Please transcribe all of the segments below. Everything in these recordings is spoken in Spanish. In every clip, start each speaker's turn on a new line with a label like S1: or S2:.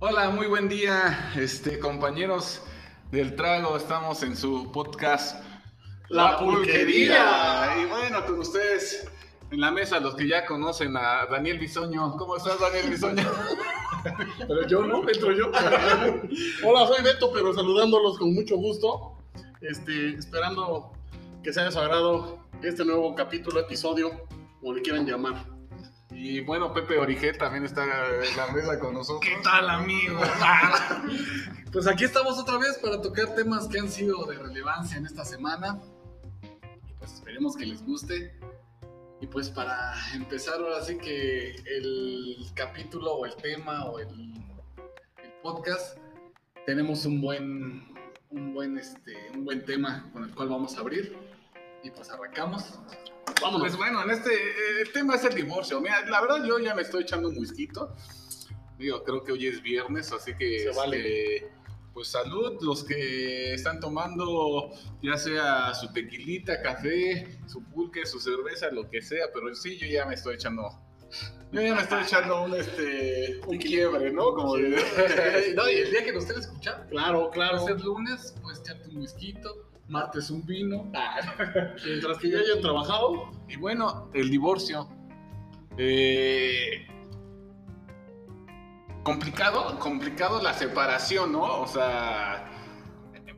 S1: Hola, muy buen día, este, compañeros del trago. Estamos en su podcast
S2: La Pulquería.
S1: Y bueno, con ustedes en la mesa, los que ya conocen a Daniel Bisoño. ¿Cómo estás, Daniel Bisoño?
S2: Pero yo no, entro yo. Hola, soy Beto, pero saludándolos con mucho gusto. Este, esperando que sea de su agrado este nuevo capítulo, episodio, como le quieran llamar.
S1: Y bueno, Pepe Origet también está en la mesa con nosotros.
S3: tal, amigo? pues aquí estamos otra vez para tocar temas que han sido de relevancia en esta semana. Y pues esperemos que les guste. Y pues para empezar ahora sí que el capítulo o el tema o el, el podcast, tenemos un buen, un, buen, este, un buen tema con el cual vamos a abrir. Y pues arrancamos.
S1: Pues
S2: Vámonos.
S1: bueno, en este eh, el tema es el divorcio. Mira, la verdad yo ya me estoy echando un whisky. Digo, creo que hoy es viernes, así que
S2: Se vale.
S1: este, pues salud los que están tomando ya sea su tequilita, café, su pulque, su cerveza, lo que sea, pero sí yo ya me estoy echando yo ya me estoy echando un este un quiebre, ¿no? Como de-
S3: no, y el día que nos estén escuchando.
S2: Claro,
S3: Para
S2: claro.
S3: ser lunes, pues echarte un whisky, martes un vino.
S2: Ah. Mientras que ya hayan trabajado,
S1: Y bueno, el divorcio. Eh, complicado, complicado la separación, ¿no? O sea,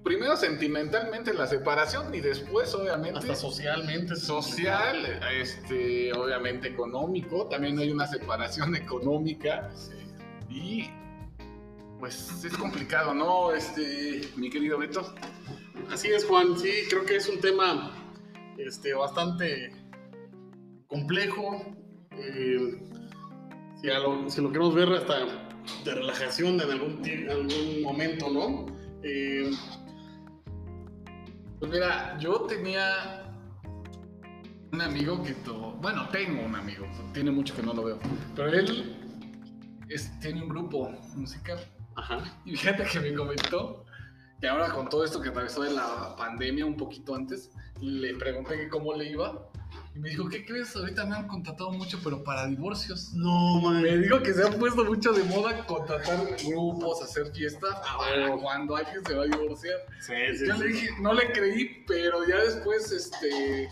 S1: primero sentimentalmente la separación y después, obviamente,
S2: hasta socialmente.
S1: social, este, obviamente económico. También hay una separación económica. Y pues es complicado, ¿no? Este, mi querido Beto.
S2: Así es, Juan. Sí, creo que es un tema este, bastante complejo. Eh, si, a lo, si lo queremos ver hasta de relajación en algún, ti- algún momento, ¿no? Eh,
S3: Pues mira, yo tenía un amigo que to- bueno, tengo un amigo, tiene mucho que no lo veo, pero él es- tiene un grupo musical
S2: ajá.
S3: y fíjate que me comentó que ahora con todo esto que atravesó de la pandemia un poquito antes, le pregunté que cómo le iba y me dijo, ¿qué crees? Ahorita me han contratado mucho, pero para divorcios.
S2: No,
S3: Me
S2: man.
S3: digo que se ha puesto mucho de moda contratar grupos, hacer fiestas, para cuando alguien se va a divorciar.
S2: Sí, sí,
S3: Yo le
S2: sí.
S3: dije, no le creí, pero ya después este,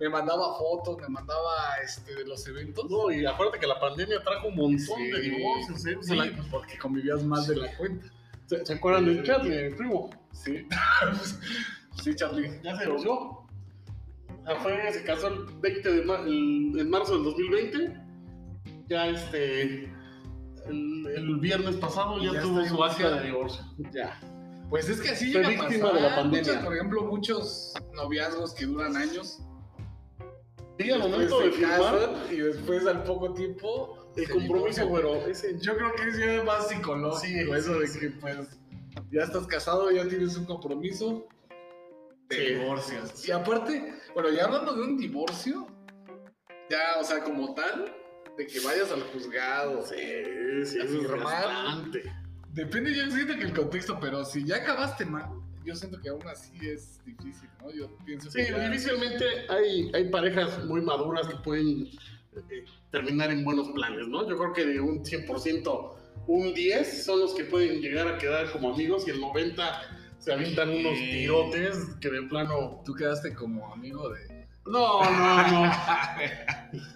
S3: me mandaba fotos, me mandaba este, de los eventos.
S2: No, y acuérdate que la pandemia trajo un montón de
S3: Sí.
S2: divorcios, ¿eh? O sea,
S3: Sí,
S2: la-
S3: pues, porque convivías más de la cuenta.
S2: ¿se, se acuerdan del chat, de mi primo?
S3: Sí. sí, Charlie.
S2: Ya se divorció. O sea, fue- se casó el 20 de mar- el- en marzo del 2020. Ya este. El, el viernes pasado ya,
S3: Ya
S2: tuvo
S3: está
S2: su acta
S3: divorciada.
S2: de divorcio. Ya.
S3: Pues es que así
S2: Fue
S3: llega a
S2: víctima
S3: pasar.
S2: de la pandemia.
S3: Muchas, por ejemplo, muchos noviazgos que duran años.
S2: Sí, al
S3: después
S2: momento de
S3: se
S2: firmar
S3: casan y después al poco tiempo
S2: el
S3: se
S2: compromiso,
S3: divorcian.
S2: güero. Ese
S3: Yo creo que es ya más psicológico
S2: Sí,
S3: eso
S2: sí,
S3: de
S2: sí.
S3: que pues ya estás casado, ya tienes un compromiso, te
S2: Sí.
S3: divorcias. Y aparte, bueno, ya hablando de un divorcio, ya, o sea, como tal, de que vayas al juzgado.
S2: Sí, sí,
S3: A
S2: eso es
S3: firmar.
S2: bastante.
S3: Depende, yo siento que el contexto, pero si ya acabaste mal, yo siento que aún así es difícil, ¿no? Yo pienso
S2: Sí,
S3: que ya-
S2: difícilmente hay, hay parejas muy maduras que pueden eh, terminar en buenos planes, ¿no? Yo creo que de un 100%, un 10 son los que pueden llegar a quedar como amigos y el 90 se avientan unos
S3: Sí.
S2: tirotes que de plano...
S3: tú quedaste como amigo de...
S2: No, no, no.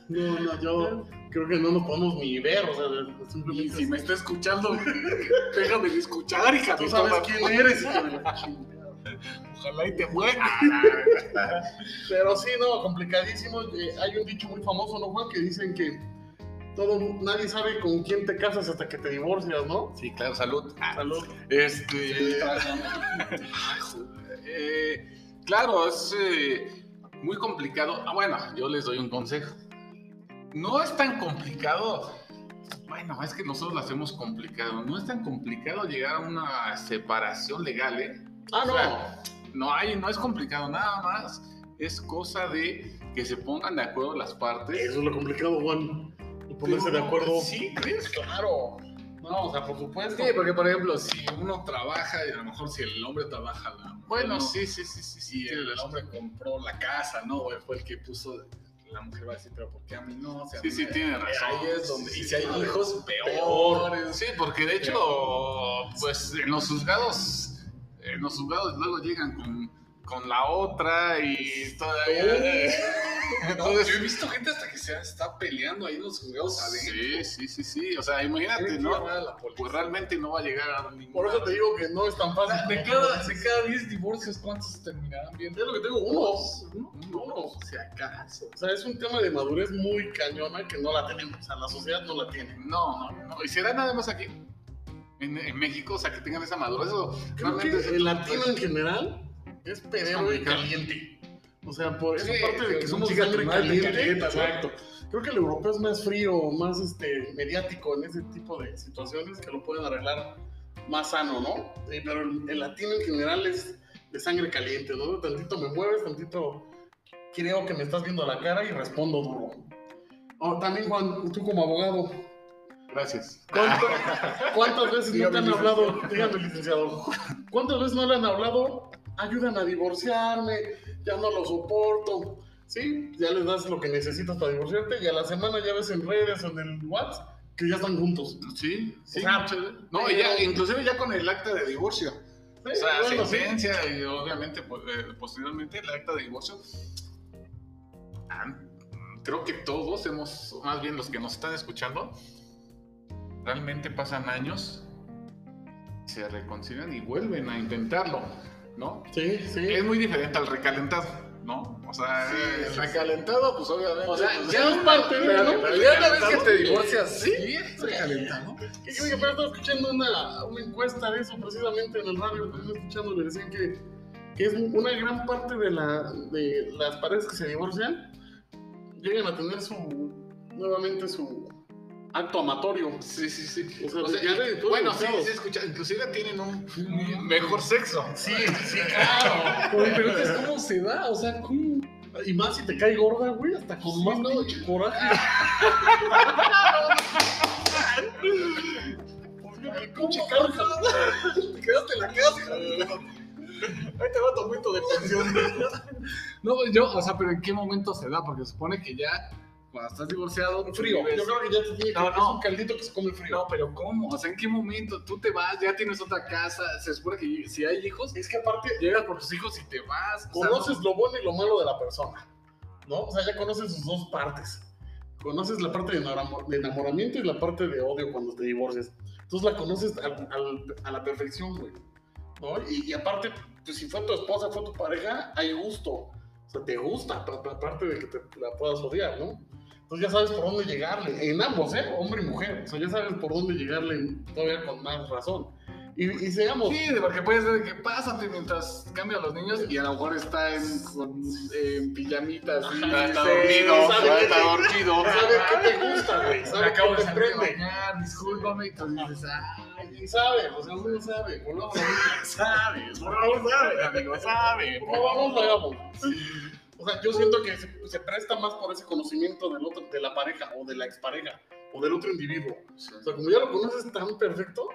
S2: No, no, yo creo que no nos podemos ni ver, o sea,
S3: Y
S2: simplemente...
S3: si me está escuchando, déjame de escuchar, hija.
S2: Tú
S3: de
S2: sabes
S3: todas
S2: quién eres, hijo de la
S3: Ojalá y te muera.
S2: Pero sí, no, complicadísimo. Eh, hay un dicho muy famoso, ¿no, Juan? Que dicen que todo, nadie sabe con quién te casas hasta que te divorcias, ¿no?
S1: Sí, claro, salud.
S2: Salud.
S1: Este. Eh, claro, es eh, muy complicado. Ah, bueno, yo les doy un consejo. No es tan complicado. Bueno, es que nosotros lo hacemos complicado. No es tan complicado llegar a una separación legal, ¿eh?
S2: Ah, no.
S1: No hay, no es complicado nada más. Es cosa de que se pongan de acuerdo las partes.
S2: Eso es lo complicado, Juan. Y ponerse de
S1: Pero,
S2: acuerdo.
S1: Sí, ¿crees? Claro.
S2: No, o sea, por supuesto.
S3: Sí, porque por ejemplo, si uno trabaja, y a lo mejor si el hombre trabaja, la mujer
S1: Bueno,
S3: no.
S1: sí, sí, sí, sí, sí.
S3: Si
S1: tienes
S3: el
S1: razón.
S3: hombre compró la casa, ¿no? Güey, Fue el que puso la mujer va a decir, pero ¿por qué a mí no? O sea,
S1: Sí, sí,
S3: mira,
S1: tiene razón.
S3: Pues Ahí es donde,
S1: Sí,
S3: y si hay
S1: claro.
S3: hijos,
S1: peor.
S3: peores.
S1: Sí, porque de hecho, pues en los juzgados, en los juzgados luego llegan con, con la otra y todavía.
S3: No,
S1: Entonces,
S3: yo he visto gente hasta que se está peleando ahí en los juzgados adentro.
S1: sí, sí, sí, sí. O sea, imagínate,
S3: Tienen que
S1: ¿no?
S3: llamar a la policía.
S1: Pues realmente no va a llegar a ningún.
S2: Por eso te digo que no es tan
S3: O sea,
S2: fácil.
S3: de cada, de cada 10 divorcios, ¿cuántos terminarán bien?
S2: Es lo que tengo, unos.
S3: No, si acaso.
S2: O sea, es un tema de madurez muy cañona que no la tenemos. O sea, la sociedad no la tiene.
S1: No, no, no. Y será nada más aquí. En, en México, o sea, que tengan esa madurez. Eso
S2: Creo que
S1: realmente es-
S2: el latino en general es pedero y
S1: complicado.
S2: caliente. O sea, por esa
S1: Sí,
S2: parte de
S1: sí,
S2: que somos
S3: chica
S2: sangre
S3: tu madre
S2: caliente.
S3: calienta,
S2: exacto. Creo que el europeo es más frío, más este, mediático en ese tipo de situaciones que lo pueden arreglar más sano, ¿no? Eh, Pero el, el latino en general es de sangre caliente, ¿no? Tantito me mueves, tantito creo que me estás viendo la cara y respondo duro. O también, Juan, tú como abogado,
S1: Gracias.
S2: ¿Cuánto- ¿Cuántas veces no te
S3: Dígame,
S2: han
S3: licenciado.
S2: hablado? Dígame, licenciado. ¿Cuántas veces no le han hablado? Ayudan a divorciarme, ya no lo soporto. Sí, ya les das lo que necesitas para divorciarte y a la semana ya ves en redes o en el WhatsApp que ya están juntos.
S1: Sí, sí.
S2: O sea,
S1: muchas veces. no, y ya, inclusive ya con el acta de divorcio.
S2: Sí,
S1: O sea,
S2: bueno, sí.
S1: sentencia y obviamente pues, eh, posteriormente el acta de divorcio. Ah, Creo que todos hemos, o más bien los que nos están escuchando, realmente pasan años, se reconcilian y vuelven a intentarlo, ¿no?
S2: Sí, sí.
S1: Es muy diferente al recalentado, ¿no? O sea, el recalentado, pues obviamente.
S3: O sea,
S1: pues,
S3: ya
S2: es parte de,
S3: Pero,
S2: ¿no?
S3: pero ya una vez que te
S2: Sí.
S3: divorcias, sí, estoy calentado.
S2: Que creo que apenas estaba escuchando una, una encuesta de eso precisamente en el radio, estaba escuchando, le decían que, que es una gran parte de, la, de las parejas que se divorcian, llegan a tener su nuevamente su acto amatorio.
S1: Sí, sí, sí.
S2: O sea,
S1: O sea,
S2: ya de- todo
S1: bueno, sí,
S2: divorciado.
S1: sí, escucha, inclusive tienen un, un mejor sexo.
S2: Sí, sí, claro.
S3: Pero entonces, ¿cómo se da? O sea, ¿cómo?
S2: Y más si te cae gorda, güey, hasta con
S3: Sí,
S2: más
S3: no,
S2: pinche
S3: y-
S2: coraje. Porque me pinche carga.
S3: Te quedaste en la casa, hija de-
S1: Ahí te va tu momento de pensión.
S3: No, yo, o sea, pero ¿en qué momento se da? Porque se supone que ya, cuando estás divorciado, tú
S2: Frío.
S3: vives-
S2: Yo creo que ya te tiene que
S3: No,
S2: es
S3: no.
S2: un caldito que se come frío.
S3: No, pero ¿cómo? O sea, ¿en qué momento tú te vas? Ya tienes otra casa. Se supone que si hay hijos,
S2: Es que aparte
S3: llegas por tus hijos y te vas. O sea,
S2: conoces lo bueno y lo malo de la persona, ¿no? O sea, ya conoces sus dos partes. Conoces la parte de enamor- de enamoramiento y la parte de odio cuando te divorcias. Entonces la conoces al- al- a la perfección, güey. ¿No? Y, y aparte, pues, si fue tu esposa, fue tu pareja, hay gusto. O sea, te gusta, pa- pa- aparte de que te la puedas odiar, ¿no? Entonces ya sabes por dónde llegarle, en ambos, ¿eh? Hombre y mujer. O sea, ya sabes por dónde llegarle todavía con más razón. Y, y seamos...
S3: Sí, de- porque puede ser que pásate mientras cambian los niños y a lo mejor está en, con- en pijamitas. y
S1: Ya está
S3: se-
S1: dormido,
S3: sabe
S1: ya
S3: que
S1: está
S3: te-
S1: dormido.
S2: ¿Sabe qué te gusta, güey?
S3: Me
S2: ¿Sabe
S3: acabo
S2: qué
S3: de
S2: te
S3: salir a
S2: prende?
S3: bañar, discúlpame. Y tú dices, "Ah". ay,
S2: ¿Quién sabe? O sea, uno sabe. Uno no
S1: Sabes, por favor, sabes, amigo, sabes.
S2: No vamos, no hagamos. O sea, yo siento que se, se presta más por ese conocimiento del otro, de la pareja o de la expareja o del otro individuo. O sea, como ya lo conoces tan perfecto,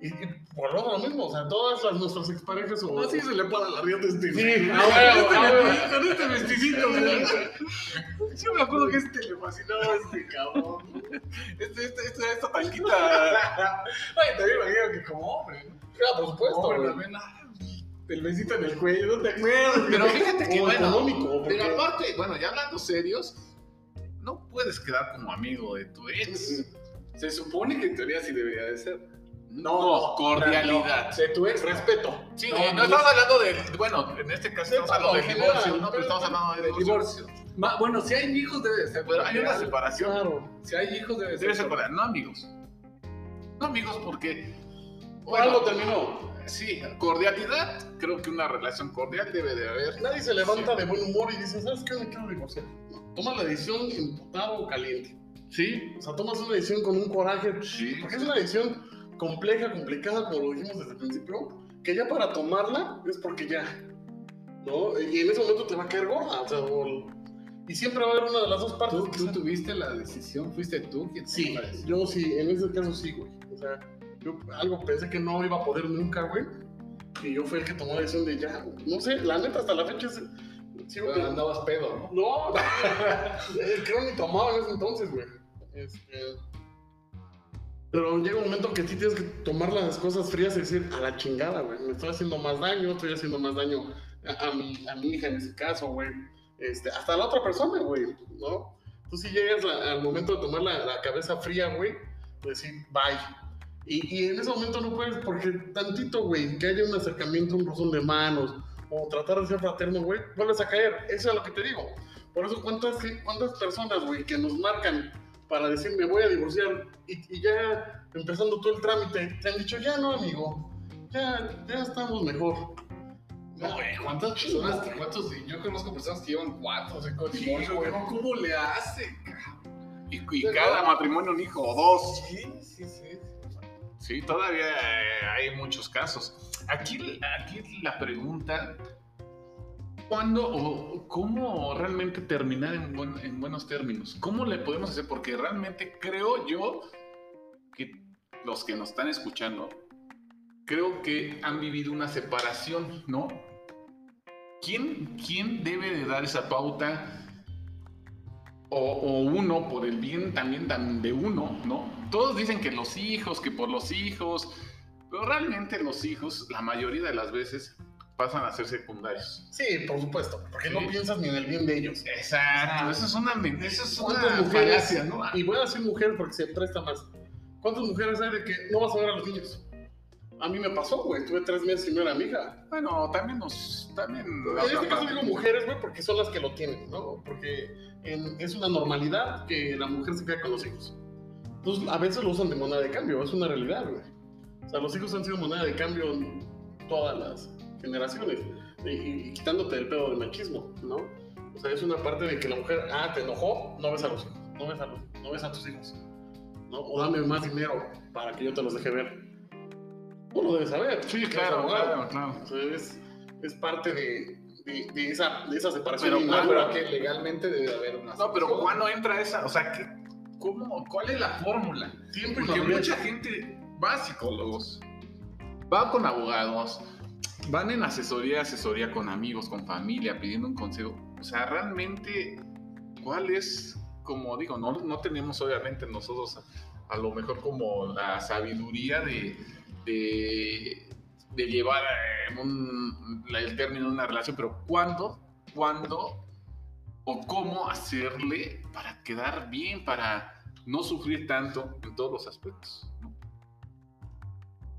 S2: y, y por lo mismo, o sea, todas las, nuestras exparejas o...
S3: Así se le para la rienda a este.
S2: Sí,
S3: Con
S2: a huevo, a
S3: este
S2: huevo.
S3: vestidito, Con este vestidito, güey. Yo me acuerdo que este le fascinaba a este cabrón.
S1: Este, este, este, esta tanquita.
S3: Ay, también me imagino que como hombre. ¿no?
S2: Ah, por supuesto,
S3: Como hombre
S2: güey.
S3: también. ah, El besito en el cuello, no te acuerdas.
S1: Pero fíjate que
S2: O
S1: bueno.
S2: económico, porque-
S1: Pero aparte, bueno, ya hablando serios, no puedes quedar como amigo de tu ex.
S3: Se supone que en teoría sí debería de ser.
S1: No, cordialidad.
S3: De tu ex, respeto.
S1: Sí, eh,
S3: No,
S1: no,
S3: no,
S1: estamos hablando de. Bueno, en este caso
S2: Sí,
S1: estamos hablando de
S2: en general,
S1: divorcio, ¿no? Pero
S2: pero-
S1: estamos hablando de
S3: De
S1: divorcio.
S3: divorcio. Ma- bueno, si hay hijos debe de ser.
S1: Pero hay una
S3: cordial.
S1: separación.
S2: Claro.
S3: Si hay hijos debe de ser.
S1: Debe ser cordial, no amigos. No amigos porque.
S2: ¿Cuál
S1: Bueno,
S2: lo terminó?
S1: sí, cordialidad. Creo que una relación cordial debe de haber.
S2: Nadie se levanta de buen humor y dice, ¿sabes qué? Me quiero divorciar. No, Toma la decisión imputado o caliente.
S1: Sí,
S2: O sea, tomas una decisión con un coraje
S1: sí.
S2: Porque es una decisión compleja, complicada, como lo dijimos desde el principio, que ya para tomarla es porque ya, ¿no? Y en ese momento te va a caer gorda, o sea, o- y siempre va a haber una de las dos partes.
S3: ¿Tú,
S2: que
S3: tú
S2: sea-
S3: tuviste la decisión, fuiste tú quien
S2: Sí,
S3: tomó la decisión.
S2: yo sí, en ese caso sí, güey. O sea, yo algo pensé que no iba a poder nunca, güey. Y yo fui el que tomó la decisión de ya, no sé, la neta hasta la fecha es Sí,
S1: Pero
S2: pero-
S1: andabas pedo, ¿no?
S2: No, no, eh, creo ni tomaba en ese entonces, güey. Este, Pero llega un momento que sí tienes que tomar las cosas frías y decir, a la chingada, güey, me estoy haciendo más daño, estoy haciendo más daño a, a mi, a mi hija en ese caso, güey. Este, hasta a la otra persona, güey, ¿no? Tú sí llegas la- al momento de tomar la, la cabeza fría, güey, de decir, bye. Y, y en ese momento no puedes, porque tantito, güey, que haya un acercamiento, un rozón de manos, o tratar de ser fraterno, güey, vuelves a caer. Eso es lo que te digo. Por eso, ¿cuántas, cuántas personas, güey, que nos marcan para decir me voy a divorciar y, y ya empezando todo el trámite, te han dicho, ya no, amigo, ya, ya estamos mejor.
S1: No, Ah, güey, ¿cuántas personas? ¿Cuántos? Yo conozco personas que llevan cuatro, cinco matrimonios, güey.
S3: ¿Cómo le hace?
S1: Y, y cada matrimonio un hijo o dos.
S3: Sí, sí, sí.
S1: Sí, todavía eh, hay muchos casos. Aquí, aquí la pregunta, ¿cuándo o cómo realmente terminar en, buen- en buenos términos? ¿Cómo le podemos hacer? Porque realmente creo yo que los que nos están escuchando, creo que han vivido una separación, ¿no? ¿Quién, quién debe de dar esa pauta? o, o uno por el bien también tan de uno, ¿no? Todos dicen que los hijos, que por los hijos, pero realmente los hijos, la mayoría de las veces, pasan a ser secundarios.
S2: Sí, por supuesto, porque no
S1: Sí.
S2: piensas ni en el bien de ellos.
S1: Exacto, eso es una, men- eso es una
S2: ¿Cuántas mujeres?
S1: falacia, ¿no? Ah,
S2: Y voy a decir mujer porque se presta más. ¿Cuántas mujeres hay de que no vas a ver a los niños? A mí me pasó, güey, tuve tres meses sin ver a mi hija.
S1: Bueno, también nos, también... la
S2: En
S1: otra
S2: este caso
S1: parte.
S2: digo mujeres, güey, porque son las que lo tienen, ¿no? Porque en- es una normalidad que la mujer se queda con los hijos. Entonces, a veces lo usan de moneda de cambio, es una realidad, güey. O sea, los hijos han sido moneda de cambio en todas las generaciones, y, y- y quitándote el pedo del machismo, ¿no? O sea, es una parte de que la mujer, ah, te enojó, no ves a los hijos, no ves a, los, no ves a tus hijos, ¿no? O dame más dinero para que yo te los deje ver. Tú lo debes saber.
S1: Sí,
S2: eres
S1: claro, claro,
S2: abogado.
S1: claro.
S2: O sea, es, es parte de, de- de esa, de esa separación.
S1: Pero
S2: Y
S1: ¿cuál?
S2: no,
S1: Pero
S3: que legalmente debe haber una.
S1: No, pero ¿cuándo entra esa? O sea, ¿qué- cómo, ¿cuál es la fórmula?
S2: siempre
S1: Porque
S2: cuando-
S1: mucha gente va a psicólogos, va con abogados, van en asesoría, asesoría con amigos, con familia, pidiendo un consejo. O sea, realmente, ¿cuál es? Como digo, no, no tenemos obviamente nosotros a, a lo mejor como la sabiduría de, de, de llevar eh, un- la- el término de una relación, pero ¿cuándo? ¿Cuándo? ¿O cómo hacerle para quedar bien, para no sufrir tanto en todos los aspectos. ¿no?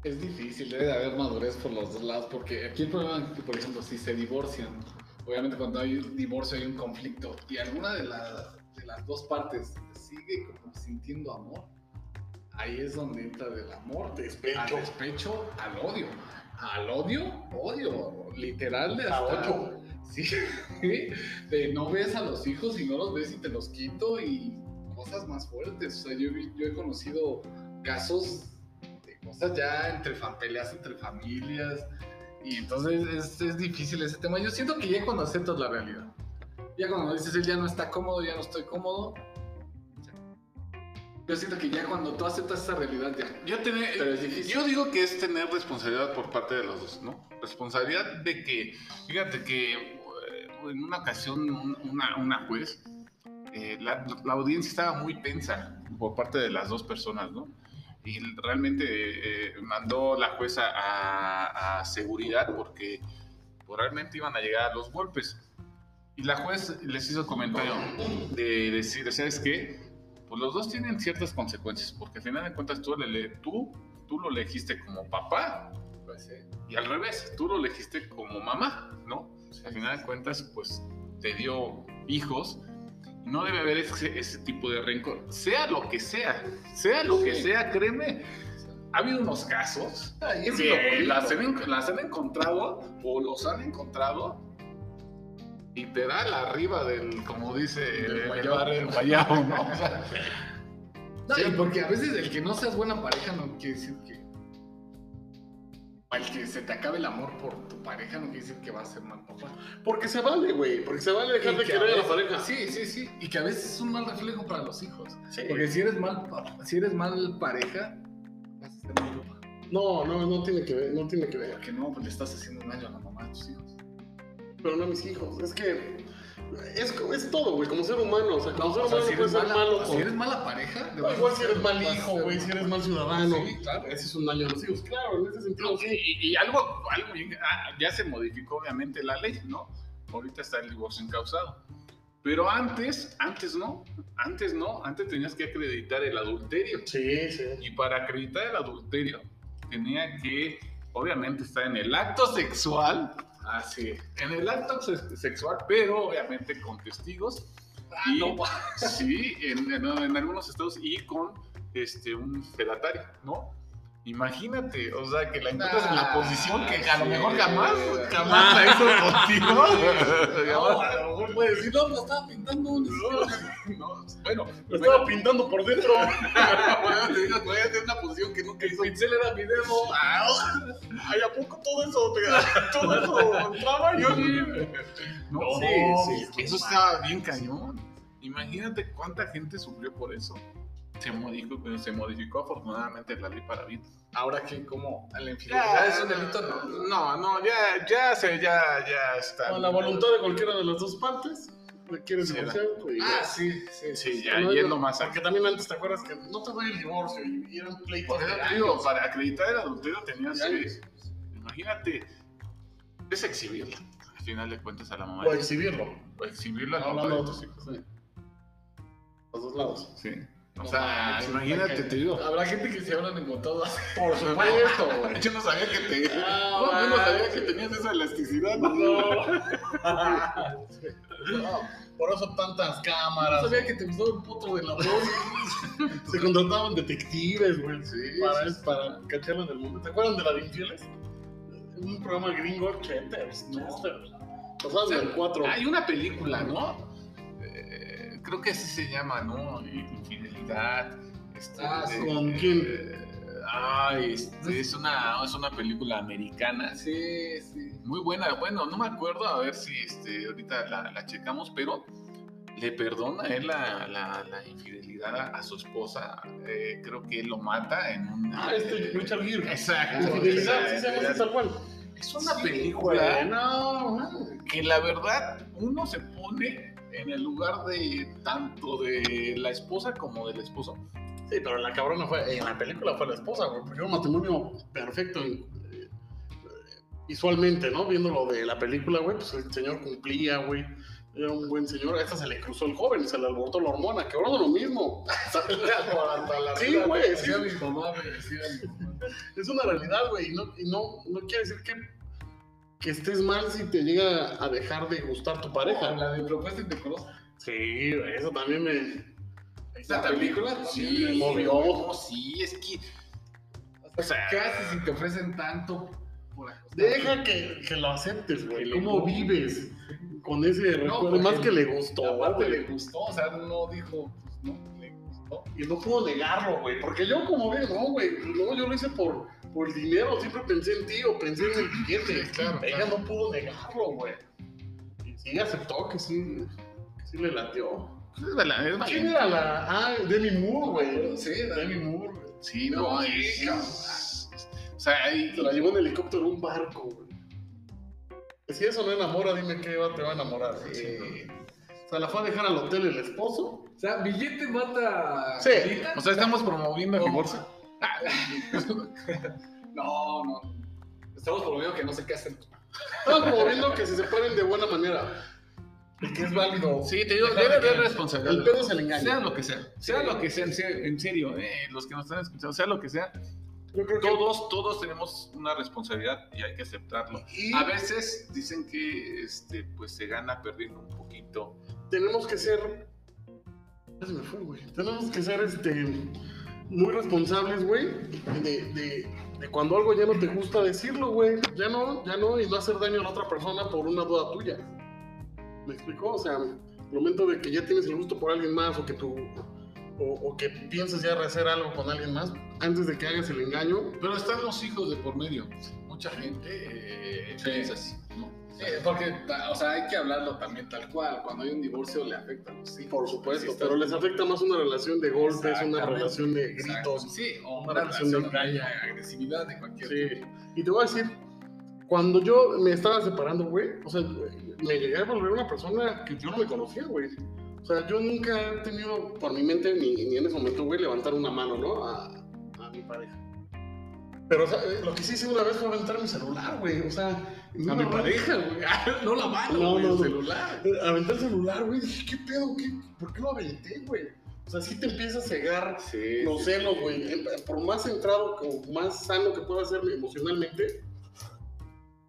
S3: Es difícil, debe de haber madurez por los dos lados, porque aquí el problema es que, por ejemplo, si se divorcian, obviamente cuando hay un divorcio hay un conflicto y alguna de, la- de las dos partes sigue como sintiendo amor, ahí es donde entra del amor al
S2: Despecho.
S3: despecho, al odio. Al odio, odio, literal de
S2: A
S3: hasta
S2: ocho.
S3: Sí, de no ves a los hijos y no los ves y te los quito y cosas más fuertes. O sea, yo, vi- yo he conocido casos de cosas ya entre fam- peleas entre familias y entonces es, es difícil ese tema. Yo siento que ya cuando aceptas la realidad, ya cuando dices él ya no está cómodo, ya no estoy cómodo. ya. Yo siento que ya cuando tú aceptas esa realidad, ya.
S1: Yo, tener-
S3: Pero es difícil.
S1: yo digo que es tener responsabilidad por parte de los dos, ¿no? Responsabilidad de que, fíjate que eh, en una ocasión un- una, una juez, eh, la, la audiencia estaba muy tensa por parte de las dos personas, ¿no? Y realmente eh, eh, mandó la jueza a, a seguridad porque pues, realmente iban a llegar a los golpes. Y la juez les hizo el comentario de decir, ¿sabes qué? Pues los dos tienen ciertas consecuencias, porque al final de cuentas tú, le- le- tú, tú lo elegiste como papá
S3: Pues, eh,
S1: y al revés, tú lo elegiste como mamá, ¿no? Al final de cuentas, pues te dio hijos. y No debe haber ese, ese tipo de rencor, sea lo que sea, sea lo que
S3: Sí.
S1: sea, créeme. Ha habido unos casos
S2: Ay, es lo
S1: que
S2: bonito.
S1: las han, en- las han encontrado o los han encontrado y te da la arriba del, como dice,
S3: Del
S1: del
S3: guayabo.
S1: bar- el guayabo, ¿no? O sea,
S3: No,
S1: Sí.
S3: y porque a veces el que no seas buena pareja no quiere decir que. o El que se te acabe el amor por tu pareja no quiere decir que va a ser mal papá.
S2: Porque se vale, güey. Porque se vale dejar
S3: Y
S2: de
S3: que a
S2: querer a la
S3: veces-
S2: pareja.
S3: Sí, sí, sí. Y que a veces es un mal reflejo para los hijos.
S2: Sí.
S3: Porque si eres mal, pa- si eres mal pareja, vas a ser mal papá.
S2: No, no, no tiene que ver, no tiene que ver.
S3: Porque no, pues le estás haciendo un daño a la mamá de tus hijos.
S2: pero no a mis hijos. Es que es, es todo, güey, como ser humano. O sea, como ser
S3: O sea,
S2: humano
S3: si
S2: no
S3: eres
S2: puedes ser
S3: mala-
S2: malo.
S3: Si
S2: con-
S3: eres mala pareja, de
S2: No,
S3: verdad,
S2: igual si eres mal
S3: vas a
S2: hijo,
S3: ser-
S2: güey, si eres mal ciudadano.
S3: Sí, claro.
S2: Ese es un daño a los hijos, claro, en ese sentido.
S1: No,
S2: sí.
S1: y, y algo, algo bien- ah, ya se modificó obviamente la ley, ¿no? Ahorita está el divorcio encausado. Pero antes, antes no, antes no, antes tenías que acreditar el adulterio.
S2: Sí, sí.
S1: Y para acreditar el adulterio, tenía que, obviamente, estar en el acto sexual. Así, en el acto se- sexual, pero obviamente con testigos. y,
S3: Ah, no,
S1: sí, en, en- en algunos estados y con este, un felatario, ¿no? Imagínate, o sea, que la encuentras en la
S3: Ah,
S1: posición que a lo
S3: sí.
S1: mejor jamás, jamás la hizo contigo.
S3: No, a lo mejor puedes decir, no, pues estaba pintando un
S1: No, bueno,
S2: Lo estaba pintando por dentro.
S3: Te digo, voy a tener una posición que nunca
S1: el
S3: hizo.
S1: pincel era mi dedo.
S2: Ay, ¿a poco todo eso? te- todo eso entraba yo.
S1: No,
S2: Sí,
S1: sí,
S2: sí,
S1: eso
S2: no
S1: estaba bien cañón. Imagínate cuánta gente sufrió por eso. Se modificó, se modificó afortunadamente la ley para bien.
S3: Ahora que como la infidelidad es un delito, no.
S1: No, no, ya, ya se, ya, ya está.
S2: A la voluntad de cualquiera de las dos partes. ¿Me quieres
S1: Sí,
S2: divorciar? güey,
S3: Ah,
S2: ya.
S3: sí, sí, sí.
S1: Sí, ya
S2: No,
S1: yendo
S2: no,
S1: más
S2: Porque
S1: acá.
S2: también antes te acuerdas que no te doy el divorcio y y era un pleito.
S1: Por eso
S2: de
S1: te digo,
S2: años.
S1: para acreditar el adulterio tenías
S2: De
S1: que, imagínate, es exhibirla. Al final le cuentas a la mamá.
S2: O exhibirlo.
S1: O exhibirla al
S2: Hablando
S1: papá
S2: de
S1: de
S2: otros
S1: tus hijos.
S2: hijos. sí. Los dos lados.
S1: Sí. O
S3: No
S1: sea,
S3: manches,
S1: imagínate,
S3: está
S1: te digo.
S3: Habrá gente que se hablan con todas.
S2: Por supuesto, güey.
S1: Ah, Yo no sabía que te.
S2: Ah,
S1: No, yo no sabía
S2: manches.
S1: que tenías esa elasticidad.
S2: No. Por eso tantas
S3: No
S2: cámaras.
S3: sabía que te gustaba un puto de la voz.
S2: Se contrataban detectives, güey.
S3: Sí,
S2: para,
S3: sí, sí.
S2: para cacharlo en el mundo. ¿Te acuerdan de la de infieles? Un programa gringo, Chetters. No. Pasaban en el 4.
S1: Hay una película, ¿no? Eh, creo que así se llama, ¿no? Infidelidad. este,
S3: Ah,
S1: de-
S2: ¿con quién?
S1: eh, ay, este, es una, es una película americana. sí,
S3: Sí, sí.
S1: Muy buena. Bueno, no me acuerdo, a ver si este, ahorita la, la checamos, pero le perdona él la, la- la infidelidad a, a su esposa. Eh, creo que él lo mata en un.
S2: Ah, este,
S1: eh,
S2: Richard Gere.
S1: Exacto. eh,
S2: Infidelidad, sí se llama así tal cual.
S1: Es una película
S2: Güey, no, man.
S1: que la verdad uno se pone en el lugar de tanto de la esposa como del esposo.
S2: Sí, pero la cabrona fue, en la película fue la esposa, güey, porque era un matrimonio perfecto en- eh, visualmente, ¿no? Viendo lo de la película, güey, pues el señor cumplía, güey. Era un buen señor. A esta se le cruzó el joven, se le alborotó la hormona, que ahora es lo mismo. Sí, güey, sí.
S3: Decía mi mamá, me decía mi mamá.
S2: Es una realidad, güey, y no, y no, no quiere decir que, que estés mal si te llega a dejar de gustar tu
S3: Con
S2: pareja.
S3: La de propuesta indecorosa.
S2: Sí, güey, eso también me...
S3: ¿Esa película?
S1: Sí,
S2: me movió.
S1: no, sí, es que
S3: Hasta
S1: O sea,
S3: casi si te ofrecen tanto por acostar.
S2: Deja que, que lo aceptes, güey.
S3: Que lo
S2: ¿Cómo
S3: compre.
S2: vives con ese recuerdo?
S3: porque
S2: Más que le
S3: Y
S2: gustó.
S3: aparte
S2: güey.
S3: le gustó, o sea, no dijo, pues no, le gustó.
S2: Y no puedo negarlo, güey. Porque yo, como ve, no, güey. No, yo lo hice por, por el dinero. Siempre pensé en ti o pensé en el cliente.
S1: claro,
S2: Ella
S1: claro.
S2: no pudo negarlo, güey. Y sí aceptó que sí, que sí le latió.
S1: Pues es vala- es
S2: ¿Quién
S1: valiente.
S2: era la...? Ah, Demi Moore, güey.
S3: Sí,
S2: Demi Moore, güey.
S1: Sí, no,
S2: Sí,
S1: es-
S2: cabrón.
S1: O sea, ahí-
S2: Se la llevó en helicóptero a un barco, güey. Si eso no enamora, dime qué va, te va a enamorar. güey.
S3: Sí.
S2: O sea, la fue a dejar al hotel el esposo.
S3: O sea, billete mata.
S2: Sí.
S3: carita.
S1: o sea, estamos promoviendo el
S3: No.
S1: divorcio.
S3: No, no. Estamos por lo menos que no se casen.
S2: Estaba como viendo que se separen de buena manera. Y que es válido.
S1: Sí, te digo,
S2: Dejar
S1: debe
S2: de
S1: haber
S2: que-
S1: responsabilidad.
S2: El pedo es el engaño.
S1: Sea lo que sea, sea lo que sea, en serio, en serio, eh, los que nos están escuchando, sea lo que sea,
S2: Yo creo que
S1: todos, todos tenemos una responsabilidad y hay que aceptarlo.
S2: Y
S1: A veces dicen que este, pues se gana perdiendo un poquito.
S2: tenemos que ser. Ya se me fue, güey. Tenemos que ser este. Muy responsables, güey. De, de- de cuando algo ya no te gusta decirlo, güey. Ya no, ya no, y no hacer daño a la otra persona por una duda tuya. ¿Me explicó? O sea, el momento de que ya tienes el gusto por alguien más o que tú. O, o que piensas ya rehacer algo con alguien más antes de que hagas el engaño.
S1: Pero están los hijos de por medio. Mucha gente eh,
S3: Sí.
S1: piensa así, ¿no?
S3: Sí, porque, ta- o sea, hay que hablarlo también tal cual. Cuando hay un divorcio le afecta a los hijos.
S2: Por supuesto,
S3: Sí, está-
S2: pues pero les afecta más una relación de golpes, una
S3: Exactamente.
S2: relación de
S3: Exacto.
S2: gritos.
S3: Sí, o
S2: Una
S3: una
S2: relación
S3: relación
S2: de
S3: de agresividad de cualquier
S2: Sí.
S3: tipo.
S2: Y te voy a decir, Cuando yo me estaba separando, güey, o sea, me llegué a volver una persona que yo no me conocía, güey. O sea, yo nunca he tenido por mi mente, ni, ni en ese momento, güey, levantar una mano, ¿no? A, a mi pareja. Pero, o sea, lo que sí hice una vez fue aventar mi celular, güey. O sea, en
S1: A
S2: una
S1: mi
S2: ronda-
S1: pareja, güey. No la mano,
S2: No,
S1: güey,
S2: no,
S1: el
S2: no.
S1: celular.
S2: Aventé el celular, güey. Dije, ¿qué pedo? ¿Qué? ¿Por qué lo aventé, güey? O sea, sí te empieza a cegar
S1: Sí.
S2: los
S1: sí,
S2: celos,
S1: sí.
S2: güey. Eh, Por más centrado o más sano que pueda ser emocionalmente,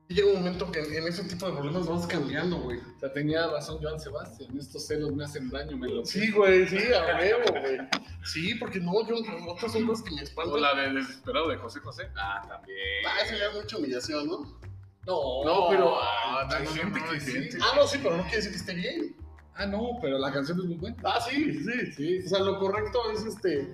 S2: llega un momento que en, en ese tipo de problemas vas cambiando, güey.
S3: O sea, tenía razón Joan Sebastián. Estos celos me hacen daño, me lo
S2: Sí, güey, sí, a huevo, güey. Sí, porque no, yo, otras son cosas que me
S1: O
S2: espantan.
S1: la de desesperado de José José. Ah, también.
S2: Ah, eso ya es mucha humillación, ¿no?
S3: No,
S1: No, pero
S3: ah,
S1: hay
S3: no,
S1: gente
S3: no,
S1: que
S3: sí.
S1: siente.
S2: Ah, no, sí, pero no quiere decir que esté bien.
S3: Ah, no, pero la canción es muy buena.
S2: Ah, sí, sí, sí. O sea, lo correcto es este.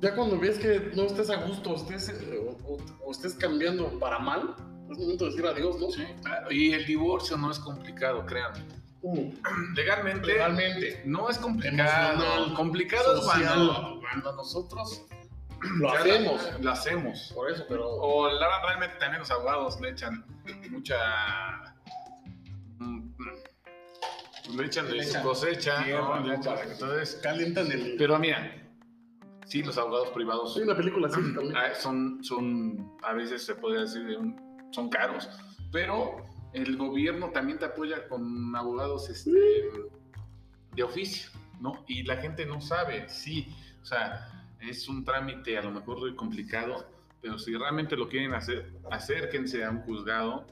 S2: Ya cuando ves que no estés a gusto estés, eh, o, o- o estés cambiando para mal, es momento de decir adiós, ¿no?
S1: Sí, claro. Y el divorcio no es complicado, créanme.
S2: Mm,
S1: Legalmente
S2: Legalmente.
S1: no es complicado.
S2: Emocional,
S1: complicado es
S2: social.
S1: cuando, cuando nosotros
S2: Lo
S1: ya
S2: hacemos.
S1: la- lo hacemos.
S2: Por eso, pero.
S1: O la- realmente también los abogados le echan mucha. mm, Le echan de
S2: Le
S1: su
S2: echan
S1: cosecha. ¿no?
S2: tierra, le
S1: Le echan-
S2: echan-
S1: entonces,
S2: Calientan el.
S1: pero mira, sí, los abogados privados
S2: Hay una película así también.
S1: Ah, son, son, a veces se podría decir, de un- son caros, pero el gobierno también te apoya con abogados este, de oficio, ¿no? Y la gente no sabe, sí, o sea, es un trámite a lo mejor complicado, pero si realmente lo quieren hacer, acérquense a un juzgado,